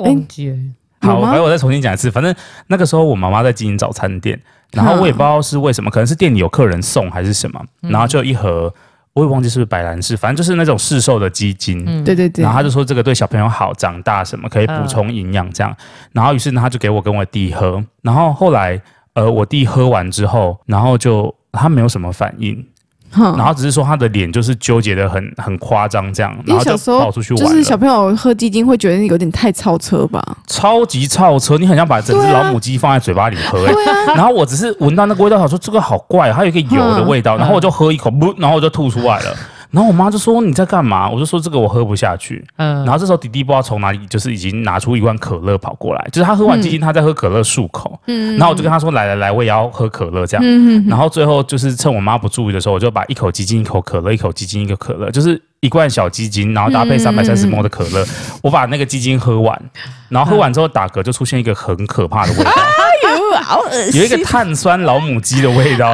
C: 忘记了
B: 有
A: 好，
B: 吗
A: 反正我再重新讲一次。反正那个时候我妈妈在经营早餐店，然后我也不知道是为什么，可能是店里有客人送还是什么，
B: 嗯
A: 然后就一盒，我也忘记是不是白兰氏，反正就是那种市售的鸡精。
C: 嗯，
B: 对对对，
A: 然后他就说这个对小朋友好，长大什么可以补充营养这样。
B: 嗯
A: 然后于是呢，他就给我跟我弟喝。然后后来，呃，我弟喝完之后，然后就他没有什么反应，
B: 哼
A: 然后只是说他的脸就是纠结的很很夸张这样，
B: 因
A: 然
B: 为
A: 后就
B: 小时候
A: 跑出去玩
B: 就
A: 了。
B: 是小朋友喝鸡精会觉得有点太超车吧？
A: 超级超车，你很想把整只
B: 对啊
A: 老母鸡放在嘴巴里喝、欸。
B: 对啊，
A: 然后我只是闻到那个味道，想说这个好怪，它有一个油的味道，
C: 嗯
A: 然后我就喝一口，噗然后我就吐出来了。然后我妈就说你在干嘛？我就说这个我喝不下去。
C: 嗯
A: 然后这时候弟弟不知道从哪里就是已经拿出一罐可乐跑过来，就是他喝完鸡精，他在喝可乐漱口。
B: 嗯，
A: 然后我就 跟他说来来来，我也要喝可乐这样。
B: 嗯
A: 然后最后就是趁我妈不注意的时候，我就把一口鸡精、一口可乐、一口鸡精、一口可乐，就是一罐小鸡精，然后
B: 嗯
A: 搭配三百三十 ml 的可乐，我把那个鸡精喝完，然后喝完之后打嗝就出现一个很可怕的味道，
B: 哎呦，好恶
A: 有一个碳酸老母鸡的味 道。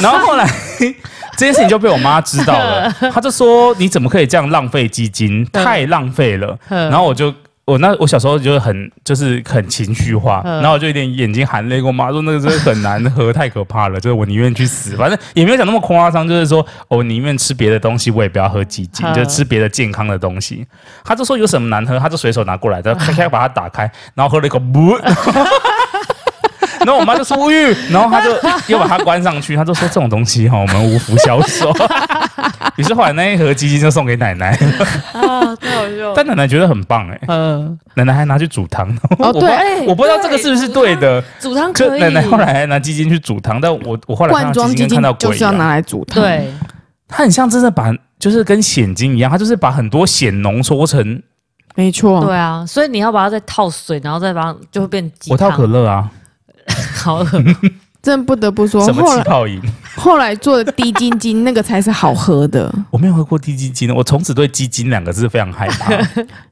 A: 然后后来 这件事情就被我妈知道 了，她就说你怎么可以这样浪费鸡精，太浪费了。
C: 嗯
A: 然后我就。我那我小时候就是很就是很情绪化，
C: 嗯
A: 然后我就有点眼睛含泪，跟我妈说那个真的很难喝，太可怕了，就是我宁愿去死，反正也没有讲那么夸张，就是说我哦宁愿吃别的东西，我也不要喝鸡精，
C: 嗯
A: 就是吃别的健康的东西。她就说有什么难喝，她就随手拿过来，然后咔咔把它打开，然后喝了一 口，不然后我妈就说吁，然后她就又把它关上去，她就说这种东西哈，我们无福消受。于是后来那一盒鸡精就送给奶奶，
B: 哦
C: 啊，太好 笑 了。
A: 但奶奶觉得很棒哎、
C: 嗯，
A: 奶奶还拿去煮汤。
B: 哦
A: 我不知道
C: 哎对
A: 哎我不知道这个是不是对的。
C: 煮汤
A: 就
C: 可以。
A: 奶奶后来还拿鸡精去煮汤，但我我后来看
B: 罐
A: 到
B: 装
A: 鸡
B: 鸡
A: 精跟
B: 精
A: 看到
B: 就
A: 鬼一啊
B: 是要拿
A: 样，
B: 来煮汤，，
C: 对，
A: 它很像真的把就是跟鲜精一样，它就是把很多血浓缩成
B: 没错，
A: 嗯
C: 对啊，所以你要把它再套水，然后再把它就会变鸡
A: 我
C: 汤。
A: 套可乐嗯啊，
C: 好恶，
B: 真的不得不说，
A: 什么
B: 啊后
A: 气
B: 来
A: 泡饮，
B: 后来做的低筋筋那个才是好喝的，
A: 我没有喝过低鸡精，我从此对鸡精两个字非常害 怕。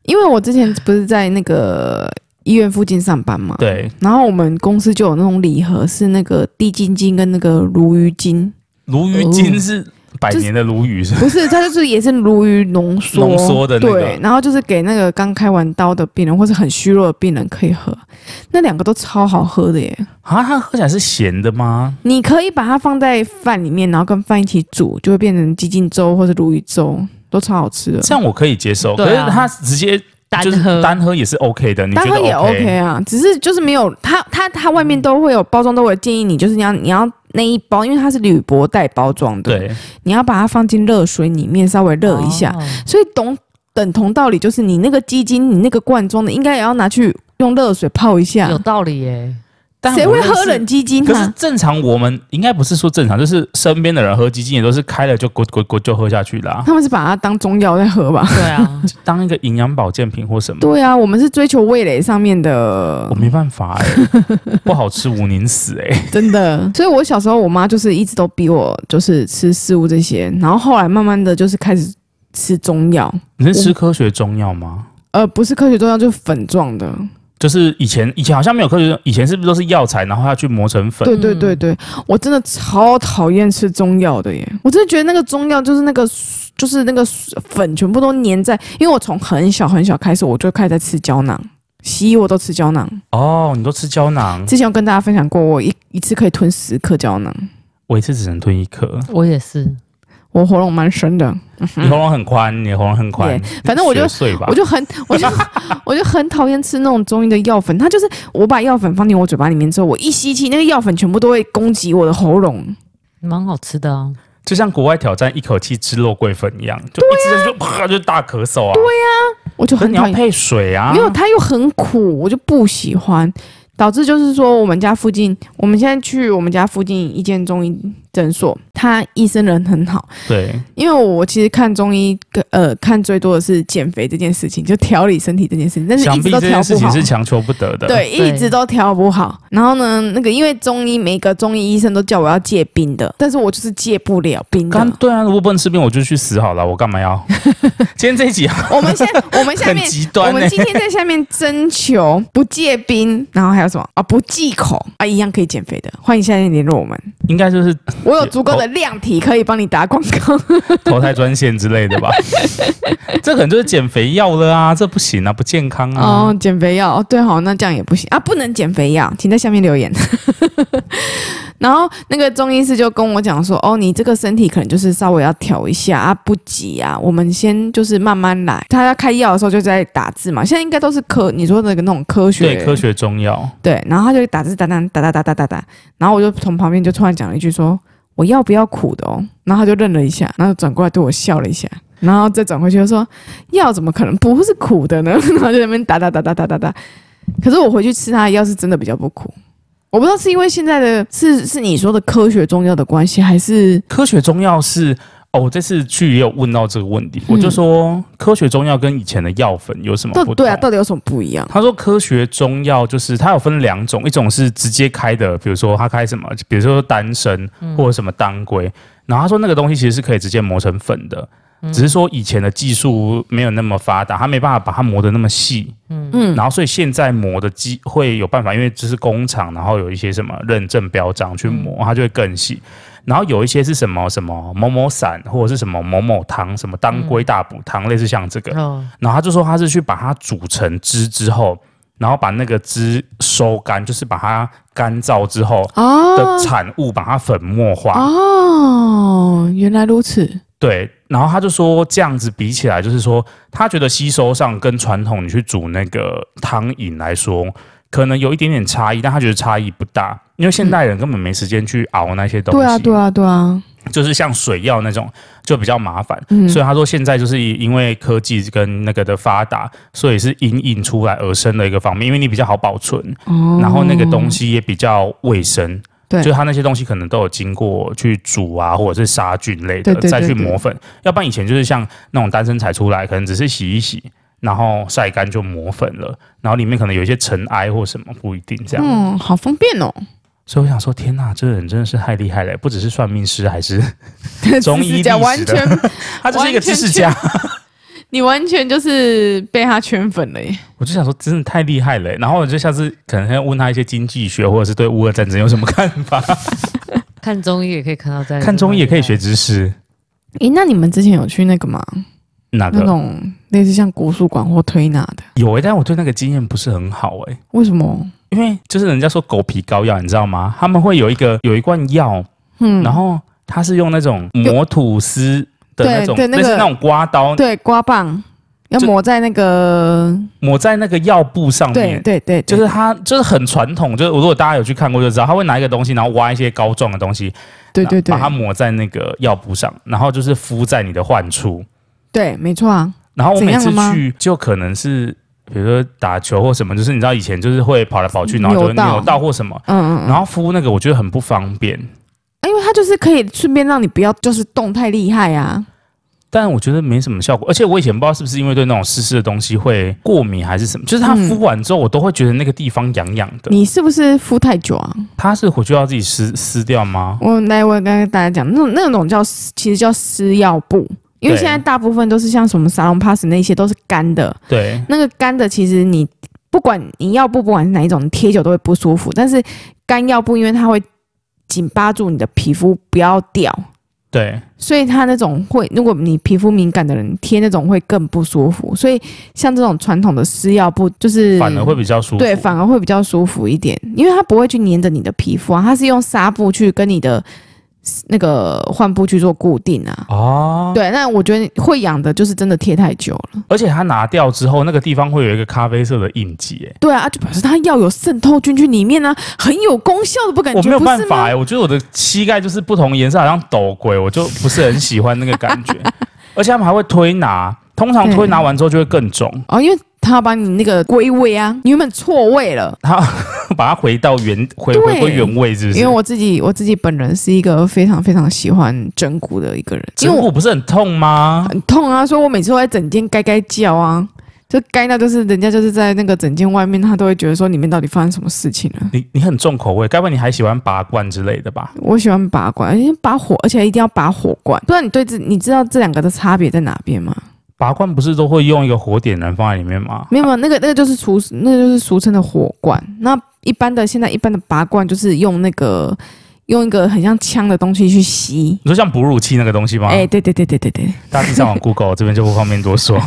B: 因为我之前不是在那个医院附近上班嘛，
A: 对，
B: 然后我们公司就有那种礼盒，是那个低筋筋跟那个鲈鱼精，
A: 鲈鱼精是百年的鲈鱼是吧
B: 不是，它就是也是鲈鱼浓缩
A: 浓缩的那个
B: 对，然后就是给那个刚开完刀的病人或是很虚弱的病人可以喝，那两个都超好喝的耶。
A: 啊，它喝起来是咸的吗？
B: 你可以把它放在饭里面，然后跟饭一起煮，就会变成鸡精粥或是鲈鱼粥，都超好吃的。
A: 这样我可以接受，可
C: 对
A: 是
C: 啊
A: 它直接
C: 单
A: 就是
C: 喝
A: 单喝也是 OK 的，你觉
B: 当
A: 得
B: 然也
A: OK？
B: OK 啊，只是就是没有它它它外面都会有包装，都会有建议你，就是你要你要那一包，因为它是铝箔袋包装的，，
A: 对，
B: 你要把它放进热水里面稍微热一下，
C: 哦
B: 所以懂等同道理就是你那个鸡精，你那个罐装的应该也要拿去用热水泡一下
A: 啊
C: 有，道理耶。
A: 但
B: 谁
A: 我
B: 会
A: 认识
B: 喝冷鸡精
A: 可是
B: 啊？
A: 正常，我们应该不是说正常，就是身边的人喝鸡精也都是开了就滚滚滚就喝下去啦、
B: 他们是把它当中药在喝吧？
C: 对 啊，
A: 当一个营养保健品或什么，
B: 对啊，我们是追求味蕾上面的
A: 我，没办法哎、不好吃无宁死哎、
B: 真的。 所以我小时候，我妈就是一直都逼我，就是吃食物这些，然后后来慢慢的就是开始吃中药，
A: 你是吃科学中药吗？
B: 呃，不是科学中药，就是粉状的。
A: 就是以前以前好像没有科学中，以前是不是都是药材，然后要去磨成粉？
B: 对对对对，我真的超讨厌吃中药的耶！我真的觉得那个中药就是那个就是那个粉全部都粘在，因为我从很小很小开始我就开始在吃胶囊，西医我都吃胶囊。
A: 哦，你都吃胶囊，
B: 之前有跟大家分享过，我一一次可以吞十颗胶囊，
A: 我一次只能吞一颗。
C: 我也是。
B: 我喉咙蛮深的，
A: 你喉咙很宽，你喉咙很宽
B: Yeah，，反正我就
A: 学碎吧
B: 我。就很我就 我就很讨厌吃那种中医的药粉，它就是我把药粉放进我嘴巴里面之后，我一吸气，那个药粉全部都会攻击我的喉咙。
C: 蛮好吃的啊，
A: 就像国外挑战一口气吃肉桂粉一样，就
B: 啊
A: 一吃就啪就大咳嗽啊。对，
B: 我就
A: 可是
B: 很
A: 你
B: 讨
A: 要
B: 厌
A: 配水啊。
B: 没有，它又很苦，我就不喜欢。导致就是说我们家附近，我们现在去我们家附近一间中医诊所，他医生人很好，
A: 对，
B: 因为我其实看中医，呃，看最多的是减肥这件事情，就调理身体这件事情，但是
A: 想
B: 一
A: 必
B: 直
A: 这
B: 都调
A: 件
B: 不
A: 事
B: 好
A: 情。是强求不得的。，
B: 对，一
C: 对
B: 直都调不好。然后呢，那个因为中医每个中医医生都叫我要戒冰的，但是我就是戒不了冰的
A: 刚。对啊，如果不能吃冰，我就去死好了，我干嘛 要？今天这一集
B: 我们现我们下
A: 很
B: 面
A: 极
B: 我
A: 端呢、欸
B: 们今天在下面征求不戒冰，然后还有什么啊？不忌口啊，一样可以减肥的。欢迎下面联络我们，
A: 应该就是
B: 我有足够的量体可以帮你打广 告。
A: 啊投胎专线之类的 吧。这可能就是减肥药了啊，这不行啊，不健康啊。
B: 哦，减肥药，哦对好，那这样也不行啊，不能减肥药，请在下面留言。 然后那个中医师就跟我讲说，哦，你这个身体可能就是稍微要调一下啊，不急啊，我们先就是慢慢来。他要开药的时候就在打字嘛，现在应该都是科你说的那种科学
A: 对，科学中药，
B: 对，然后他就打字打打打打打打打打，然后我就从旁边就突然讲了一句说：“我要不要苦的哦？”然后他就愣了一下，然后转过来对我笑了一下，然后再转回去就说：“药怎么可能不是苦的呢？” 然后就在那边打打打打打打打。可是我回去吃他的药是真的比较不苦，我不知道是因为现在的是是你说的科学中药的关系，还是
A: 科学中药是哦，我这次去也有问到这个问题，
B: 嗯
A: 我就说科学中药跟以前的药粉有什么
B: 到
A: 哦不同？
B: 对啊，到底有什么不一样？
A: 他说科学中药就是它有分两种，一种是直接开的，比如说他开什么，比如说丹参
B: 嗯
A: 或者什么当归，然后他说那个东西其实是可以直接磨成粉的。
B: 嗯
A: 只是说以前的技术没有那么发达，他没办法把它磨得那么细，
B: 嗯，
A: 然后所以现在磨的机会有办法，因为这是工厂，然后有一些什么认证标章去
B: 嗯
A: 磨，它就会更细。然后有一些是什么什么某某散或者是什么某某汤，什么当归大补
B: 嗯
A: 汤，类似像这个。
C: 哦，
A: 然后他就说他是去把它煮成汁之后，然后把那个汁收干，就是把它干燥之后的
B: 哦
A: 产物把它粉末化。
B: 哦，原来如此，
A: 对，然后他就说这样子比起来，就是说他觉得吸收上跟传统你去煮那个汤饮来说，可能有一点点差异，但他觉得差异不大，因为现代人根本没时间去熬那些东西，
B: 对啊，对啊，对啊，
A: 就是像水药那种就比较麻烦。
B: 嗯
A: 所以他说，现在就是因为科技跟那个的发达，所以是因应出来而生的一个方面，因为你比较好保存，
B: 哦
A: 然后那个东西也比较卫生，
B: 对
A: 就它那些东西可能都有经过去煮啊，或者是杀菌类的，
B: 对对对
A: 再去磨粉。要不然以前就是像那种丹参采出来，可能只是洗一洗，然后晒干就磨粉了，然后里面可能有一些尘埃或什么，不一定这样。
B: 嗯，好方便 哦。
A: 所以我想说，天呐，这个人真的是太厉害了，不只是算命师，还是中医
B: 知识
A: 历
B: 家
A: 史的，
B: 完 全，
A: 他就是一个知识 家。
B: 你完全就是被他圈粉了耶！
A: 我就想说，真的太厉害了欸。然后我就下次可能要问他一些经济学，或者是对乌俄战争有什么看法。
C: 看中医也可以看到这样，
A: 看中医也可以学知识，
B: 诶，那你们之前有去那个吗？
A: 哪
B: 那
A: 个
B: 种类似像国术馆或推拿的？
A: 有诶、但我对那个经验不是很好诶、
B: 为什么？
A: 因为就是人家说狗皮膏药，你知道吗？他们会有一个有一罐药，
B: 嗯，
A: 然后它是用那种磨吐司的那种，
B: 对对那
A: 类
B: 个
A: 似那种刮刀
B: 对，刮棒要
A: 就
B: 抹在那个，
A: 抹在那个药布上
B: 对
A: 面。
B: 对对，对
A: 就是它，就是很传统。就是如果大家有去看过就知道，他会拿一个东西，然后挖一些膏状的东西，
B: 对对对
A: 把，它抹在那个药布上，然后就是敷在你的患处。
B: 对，没错啊，
A: 然后我每次
B: 怎样了吗
A: 去就可能是，比如说打球或什么，就是你知道以前就是会跑来跑去，然后就
B: 嗯扭到
A: 扭到或什么，
B: 嗯嗯
A: 然后敷那个我觉得很不方便。
B: 嗯，因为它就是可以顺便让你不要就是动太厉害啊。
A: 但我觉得没什么效果，而且我以前不知道是不是因为对那种湿湿的东西会过敏还是什么，就是它
B: 嗯
A: 敷完之后，我都会觉得那个地方痒痒的。
B: 你是不是敷太久啊？
A: 它是回去要自己撕撕掉吗？
B: 我来，我跟大家讲，那种那种叫其实叫湿药布，因为
A: 对
B: 现在大部分都是像什么沙龙 pass 那些都是干的，
A: 对，
B: 那个干的其实你不管你药布不管是哪一种，你贴久都会不舒服。但是干药布因为它会紧扒住你的皮肤不要掉，
A: 对，
B: 所以它那种会，如果你皮肤敏感的人贴那种会更不舒服。所以像这种传统的湿药布，就是
A: 反而会比较舒服。
B: 对，反而会比较舒服一点，因为它不会去粘着你的皮肤啊，它是用纱布去跟你的那个患部去做固定啊。
A: 哦，
B: 对，那我觉得会痒的，就是真的贴太久了。
A: 而且它拿掉之后，那个地方会有一个咖啡色的印记。哎
B: 对啊，就表示它药有渗透进去里面啊，很有功效的，不感觉
A: 我没有
B: 不
A: 办
B: 是
A: 法
B: 吗
A: 哎、我觉得我的膝盖就是不同颜色，好像斗鬼，我就不是很喜欢那个感觉。而且他们还会推拿，通常
B: 对
A: 推拿完之后就会更肿，
B: 哦，因为他要把你那个归位啊，你原本错位了。
A: 它把它回到原回
B: 对
A: 回归原位，是不是？
B: 因为我自己我自己本人是一个非常非常喜欢整骨的一个人，因
A: 颈
B: 为我
A: 骨不是很痛吗？
B: 很痛啊，所以我每次都在整间该该叫啊，就该到就是人家就是在那个整间外面，他都会觉得说里面到底发生什么事情了。
A: 你你很重口味，该不会你还喜欢拔罐之类的吧？
B: 我喜欢拔管，而且拔火，而且一定要拔火罐。不然你对这你知道这两个的差别在哪边吗？
A: 拔罐不是都会用一个火点燃放在里面吗？
B: 没有，没有，那个那个就是俗，那个就是俗称的火罐。那一般的现在一般的拔罐就是用那个用一个很像枪的东西去吸。
A: 你说像哺乳器那个东西吗？
B: 哎、对对对对对对，
A: 大家自己上 网 Google，这边就不方便多说。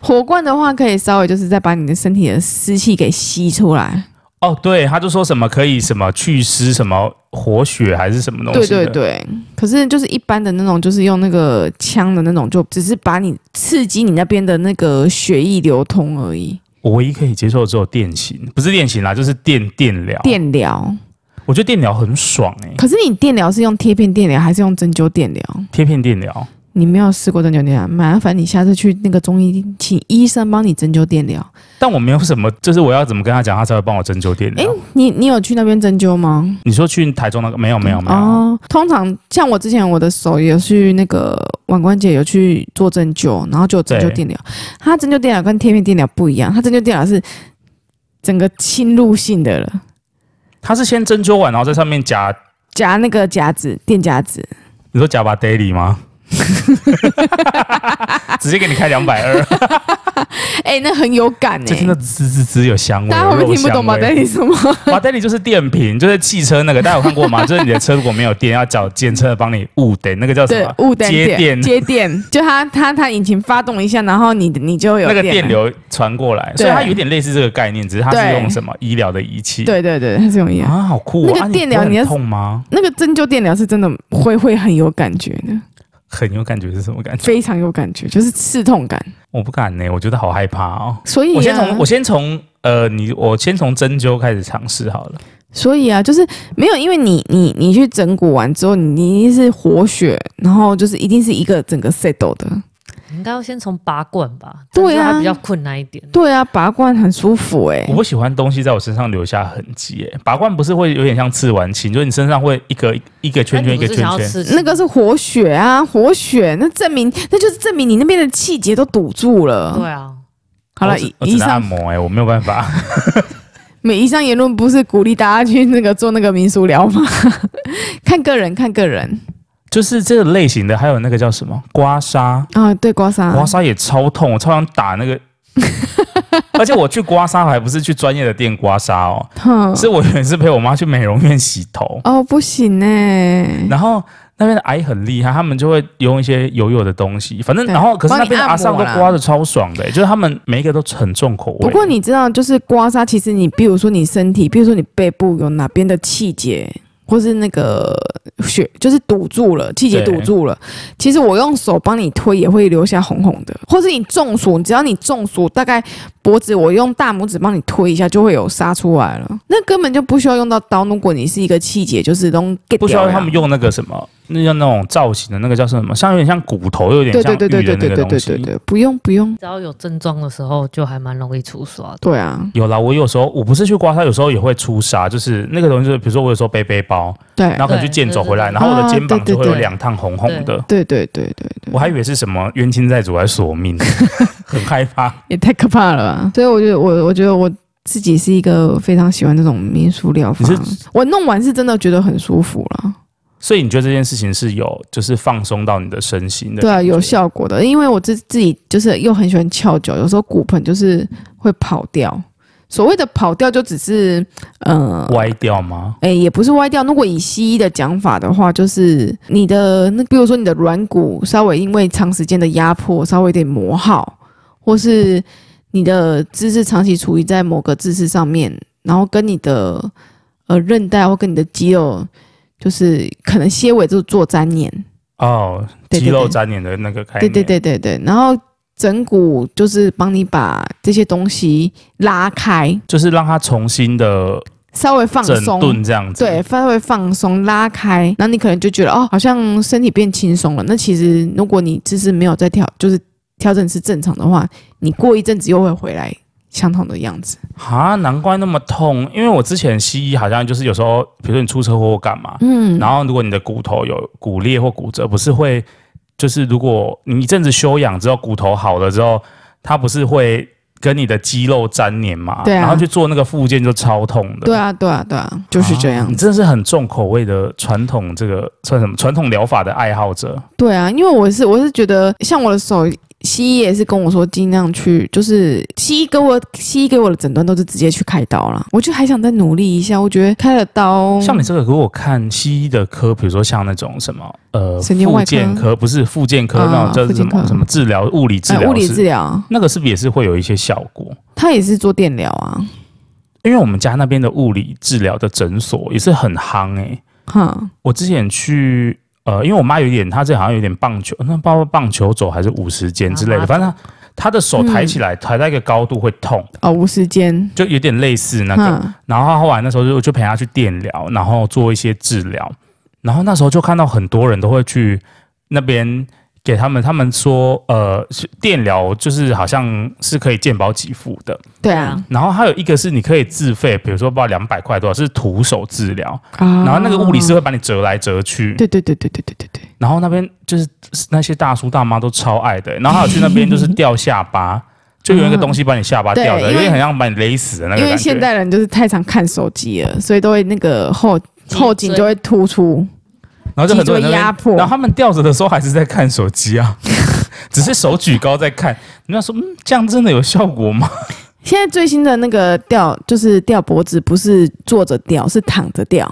B: 火罐的话可以稍微就是再把你的身体的湿气给吸出来。
A: 哦，对，他就说什么可以什么祛湿，什么活血还是什么东
B: 对
A: 西的
B: 对对，可是就是一般的那种，就是用那个枪的那种，就只是把你刺激你那边的那个血液流通而已。
A: 我唯一可以接受的只有电刑，不是电刑啦，就是电电疗。
B: 电疗，
A: 我觉得电疗很爽哎、
B: 可是你电疗是用贴片电疗还是用针灸电疗？
A: 贴片电疗。
B: 你没有试过针灸电疗，麻烦你下次去那个中医，请医生帮你针灸电疗。
A: 但我没有什么，就是我要怎么跟他讲，他才会帮我针灸电疗。
B: 你你有去那边针灸吗？
A: 你说去台中那个没有没有没有，
B: 哦，通常像我之前我的手也有去那个腕关节有去做针灸，然后就有针灸
A: 对
B: 电疗。它针灸电疗跟贴片电疗不一样，它针灸电疗是整个侵入性的了，
A: 他是先针灸完，然后在上面夹，
B: 夹那个夹子电夹子，
A: 你说夹把 daily 吗？ 直接给你开两百 二，
B: 哎、那很有感
A: 这
B: 哎、
A: 听到滋滋滋有香味，
B: 大家会不
A: 有肉
B: 会听不
A: 香
B: 懂马
A: 味
B: 丹尼 什么？
A: 马代里就是电瓶，就是汽车那个，大家有看过 吗？就是你的车如果没有电，要找检车帮你误点，那个叫什
B: 对
A: 么？，
B: 雾灯
A: 接电，
B: 接 电，就它它它引擎发动一下，然后你你就有
A: 那个
B: 电
A: 电
B: 了。
A: 流传过来，所
B: 对
A: 以它有点类似这个概念，只是它是
B: 对
A: 用什么医疗的仪器。
B: 对对对，它是用一样。
A: 啊，好酷、哦！
B: 那个
A: 啊
B: 电疗
A: 你不
B: 你
A: 会
B: 要
A: 很痛吗？
B: 那个针灸电疗是真的会会很有感觉的，
A: 很有感觉是什么感 觉？
B: 非常有感觉，就是刺痛感。
A: 我不敢呢、我觉得好害怕哦。
B: 所以、啊，
A: 我先从我先从呃，你我先从针灸开始尝试好了。
B: 所以啊，就是没有，因为你你你去整骨完之后，你一定是活血，然后就是一定是一个整个 set 的。
C: 你应该要先从拔罐吧，
B: 对啊
C: 但是它比较困难一点。
B: 对啊，拔罐很舒服哎、
A: 我不喜欢东西在我身上留下痕迹、欸，拔罐不是会有点像刺完青，就是你身上会一个一个圈
C: 那
A: 圈
C: 你
A: 一个
C: 不是
A: 圈
C: 想要
A: 圈。
C: 刺激
B: 那个是活血啊，活血，那证明那就是证明你那边的气节都堵住了。
C: 对啊，
B: 好
A: 我
B: 了，
A: 只
B: 以
A: 我只
B: 以
A: 能按
B: 上
A: 摩哎、我没有办法。
B: 每以上言论不是鼓励大家去那个做那个民俗疗吗？ 看个人，看个人
A: 就是这个类型的，还有那个叫什么刮痧，
B: 啊，对，刮痧，
A: 刮痧也超痛，我超想打那个。 而且我去刮痧还不是去专业的店刮痧哦，
B: 哼，
A: 是我有一次陪我妈去美容院洗头，
B: 哦，不行欸呢、嗯
A: 然后那边的阿姨很厉害，他们就会用一些油油的东西，反正
B: 对
A: 然后可是
B: 帮你
A: 那边的阿尚
B: 按
A: 都
B: 摩啦
A: 刮的超爽的、欸就是他们每一个都很重口味。
B: 不过你知道，就是刮痧，其实你比如说你身体，比如说你背部有哪边的气节，或是那个血，就是堵住了，气节
A: 对
B: 堵住了。其实我用手帮你推也会留下红红的，或是你中暑，只要你中暑，大概脖子我用大拇指帮你推一下，就会有痧出来了。那根本就不需要用到刀。如果你是一个气节，就是都 get
A: 不需
B: 掉
A: 要
B: 了
A: 他们用那个什么，那叫那种造型的那个叫什么，像有点像骨头，有点
B: 对
A: 像
B: 对
A: 鱼
B: 对对
A: 的
B: 对
A: 那个
B: 对对
A: 东
B: 对对
A: 西。
B: 对，不用不用，
C: 只要有症状的时候，就还蛮容易出痧的。
B: 对啊，
A: 有啦，我有时候我不是去刮痧，有时候也会出痧，就是那个东西，就是比如说我有时候背背包，
B: 对
A: 然后可能去健走回来，
C: 对
A: 然后我的
B: 啊
A: 肩膀
B: 对对
A: 就会有
C: 对
A: 两趟红红的。
B: 对对对对对
A: 我。还以为是什么冤亲债主来索命， 很害怕。
B: 也太可怕了吧！所以我觉得我我觉得我自己是一个非常喜欢这种民俗疗法
A: 你是，
B: 我弄完是真的觉得很舒服了，
A: 所以你觉得这件事情是有，就是放松到你的身心的？
B: 对啊，有。效果的。因为我自自己就是又很喜欢翘脚，有时候骨盆就是会跑掉。所谓的跑掉，就只是呃。
A: 歪掉吗？
B: 哎、也不是歪掉。如果以西医的讲法的话，就是你的那，比如说你的软骨稍微因为长时间的压迫，稍微有点磨耗，或是你的姿势长期处于在某个姿势上面，然后跟你的呃韧带或跟你的肌肉，就是可能些微就做粘连。
A: 哦，
B: 对对
A: 肌肉
B: 对
A: 粘连的那个概
B: 对
A: 念。
B: 对。对对对，然后整骨就是帮你把这些东西拉开，
A: 就是让它重新的
B: 稍微放
A: 整
B: 松。
A: 顿这样子。
B: 对，，稍微放松拉开，然后你可能就觉得哦，好像身体变轻松了。那其实如果你姿势没有在调，就是调整是正常的话，你过一阵子又会回来相同的样子。
A: 啊，难怪那么痛，因为我之前西医好像就是有时候，比如说你出车祸或干嘛，
B: 嗯，
A: 然后如果你的骨头有骨裂或骨折，不是会就是如果你一阵子休养之后，骨头好了之后，它不是会跟你的肌肉粘连嘛？
B: 对啊
A: 然后去做那个复健就超痛的。
B: 对啊，对啊，对啊，就是这样
A: 你真的是很重口味的传统这个算什么传统疗法的爱好者。
B: 对啊，因为我是我是觉得，像我的手，西医也是跟我说尽量去，就是西医给我西医给我的诊断都是直接去开刀啦。我就还想再努力一下，我觉得开了刀，
A: 像你这个，如果看西医的科，比如说像那种什么呃
B: 神经外
A: 复
B: 科
A: 健科，不是复健科、
B: 啊
A: 那种叫
B: 复
A: 什
B: 健
A: 么
B: 科
A: 什么治疗物理治
B: 哎
A: 疗
B: 物理
A: 师
B: 治疗，
A: 那个是不是也是会有一些效果？
B: 他也是做电疗啊，
A: 因为我们家那边的物理治疗的诊所也是很夯诶、
B: 哈，
A: 我之前去，呃，因为我妈有一点，她这好像有点棒球，那包括棒球肘还是五十肩之类
B: 啊
C: 妈
A: 的，
C: 妈
A: 反正她她的手抬起
B: 嗯
A: 来，抬到一个高度会痛，
B: 哦，无时间，
A: 就有点类似那个。
B: 哈，
A: 然后她后来那时候就就陪她去电疗，然后做一些治疗，然后那时候就看到很多人都会去那边。给他们，他们说，呃，是电疗就是好像是可以健保给付的，
B: 对啊，
A: 然后还有一个是你可以自费，比如说不知道两百块多少是徒手治疗，
B: 啊，
A: 然后那个物理师，会把你折来折去，
B: 对对对对对对对对，
A: 然后那边就是那些大叔大妈都超爱的、欸然后还有去那边就是掉下巴，就有一个东西把你下巴掉
B: 对
A: 的，
B: 因
A: 有
B: 为
A: 点很像把你勒死的那个
B: 因为
A: 感
B: 现
A: 觉。
B: 代人就是太常看手机了，所以都会那个后后颈就会突出，
A: 嗯然后就很多人在那边
B: 脊椎压迫
A: 然后他们吊着的时候还是在看手机啊， 只是手举高在看。你要说，嗯，这样真的有效果吗？
B: 现在最新的那个吊就是吊脖子，不是坐着吊，是躺着吊。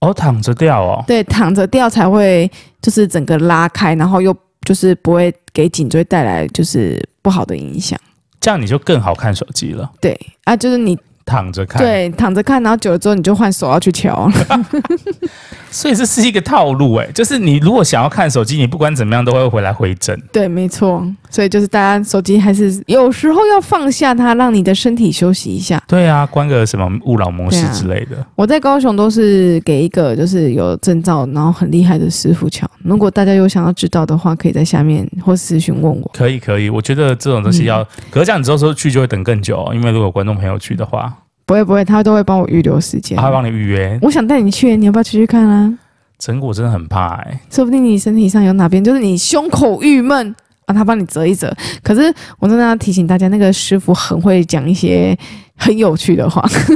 A: 哦，躺着吊哦，
B: 对，躺着吊才会就是整个拉开，然后又就是不会给颈椎带来就是不好的影响。
A: 这样你就更好看手机了。
B: 对啊，就是你
A: 躺着看，，
B: 对躺着看，然后久了之后你就换手要去敲。
A: 所以这是一个套路哎、就是你如果想要看手机，你不管怎么样都会回来回诊。
B: 对，没错。所以就是大家手机还是有时候要放下它，让你的身体休息一下。
A: 对啊，关个什么勿扰模式
B: 对啊
A: 之类的。
B: 我在高雄都是给一个就是有证照，然后很厉害的师傅敲。如果大家有想要知道的话，可以在下面或私询问我。
A: 可以可以，我觉得这种东西
B: 嗯
A: 要，可是这样你之后说去就会等更久哦、因为如果有观众朋友去的话，
B: 不会不会，他都会帮我预留时间。
A: 他会帮你预约。
B: 我想带你去，你要不要出去看啊？
A: 成果真的很怕哎、
B: 说不定你身体上有哪边，就是你胸口郁闷啊，他帮你折一折。可是我真的要提醒大家，那个师傅很会讲一些很有趣的话。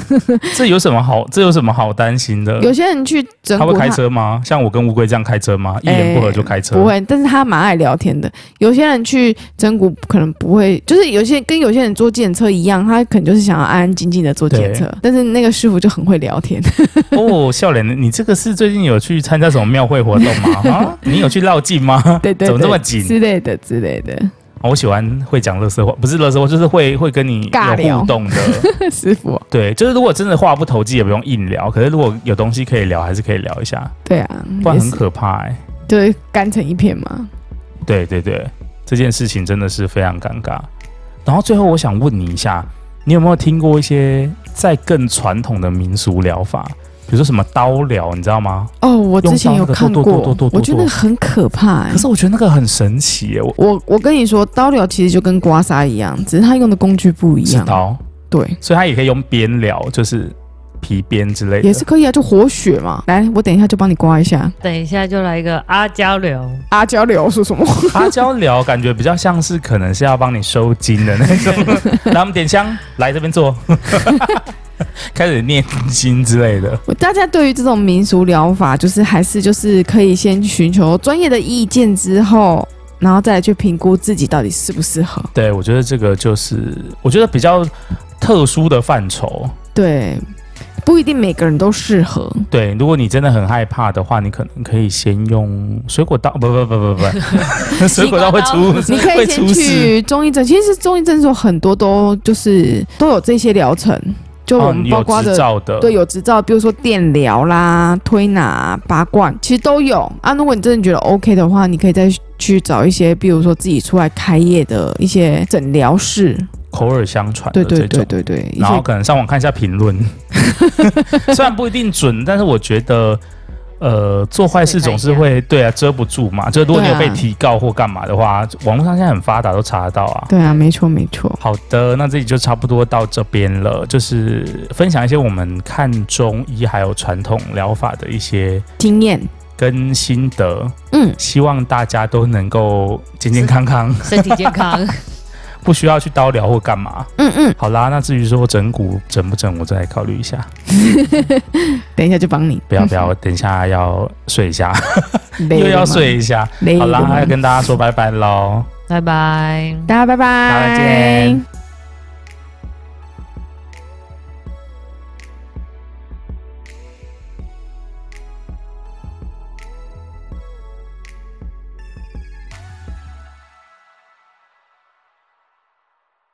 A: 这有什么好？这有什么好担心的？
B: 有些人去整
A: 他会
B: 骨
A: 开车吗？像我跟乌龟这样开车吗？一言不合就开车？
B: 哎不会，但是他蛮爱聊天的。有些人去整骨可能不会，就是有些跟有些人做检测一样，他可能就是想要安安静静的做检测，但是那个师傅就很会聊天。
A: 哦，笑脸，你这个是最近有去参加什么庙会活动吗？ 啊，你有去绕境吗？
B: 对对对，
A: 怎么这么紧？哦
B: 之类的之类的
A: 我喜欢会讲乐色话，不是乐色话，就是会会跟你
B: 尬
A: 有
B: 聊
A: 互动的。
B: 师傅哦，
A: 对，就是如果真的话不投机，也不用硬聊。可是如果有东西可以聊，还是可以聊一下，
B: 对啊，
A: 不然
B: 也
A: 很
B: 是
A: 可怕哎、
B: 就是干成一片嘛。
A: 对对对，这件事情真的是非常尴尬。然后最后我想问你一下，你有没有听过一些再更传统的民俗疗法，比如说什么刀疗，你知道吗？
B: 哦，我之前有
A: 用到那个
B: 看
A: 剁剁剁
B: 过
A: 剁，剁
B: 我觉得
A: 剁
B: 很可怕、欸
A: 可。是我觉得那个很神奇耶，我
B: 我我跟你说，刀疗其实就跟刮痧一样，只是他用的工具不一
A: 是
B: 样。
A: 刀，
B: 对，
A: 所以它也可以用鞭疗，就是皮鞭之类的。
B: 也是可以啊，就活血嘛。来，我等一下就帮你刮一下。
C: 等一下就来一个阿胶流，
B: 阿胶疗是什么？
A: 阿胶疗感觉比较像是可能是要帮你收金的那 种，来我们点香，来这边坐， 开始念经之类的。
B: 我大家对于这种民俗疗法，就是还是就是可以先寻求专业的意见之后，然后再来去评估自己到底适不适合。
A: 对，我觉得这个就是我觉得比较特殊的范畴。
B: 对，不一定每个人都 适合。
A: 对，如果你真的很害怕的话，你可能可以先用水果刀，不不不不不， 水果刀会出，
B: 你可以
A: 会
B: 先
A: 出事。
B: 去中医诊，其实中医诊所很多都就是 都有这些疗程，就我
A: 哦，
B: 们
A: 你
B: 包
A: 有
B: 括
A: 执
B: 的
A: 照的，
B: 对，，有执照，比如说电疗啦、推拿、拔罐，其实都有啊。如果你真的觉得 OK 的话，你可以再去找一些，比如说自己出来开业的一些诊疗室，
A: 口耳相传的
B: 对
A: 这种。
B: 对对对对，一
A: 然后
B: 些
A: 可能上网看一下评论，虽然不一定准，但是我觉得，呃，做坏事总是会对啊遮不住嘛。就如果你有
B: 啊
A: 被提告或干嘛的话，网络上现在很发达，都查得到啊。
B: 对啊，没错没错。
A: 好的，那这里就差不多到这边了，就是分享一些我们看中医还有传统疗法的一些
B: 经验，
A: 跟心得，
B: 嗯，
A: 希望大家都能够健健康 康，
C: 身体健康，
A: 不需要去刀疗或干嘛。
B: 嗯嗯，
A: 好啦，那至于说整骨整不整，我再考虑一下。
B: 等一下就帮你。
A: 不要不要， 我等一下要睡一下，
B: 累
A: 又
B: 了
A: 要
B: 吗，
A: 睡一下。
B: 累
A: 好
B: 了
A: 啦，
B: 吗
A: 要跟大家说拜拜喽。
C: 拜拜。
B: 大家拜拜，
A: 大家再见。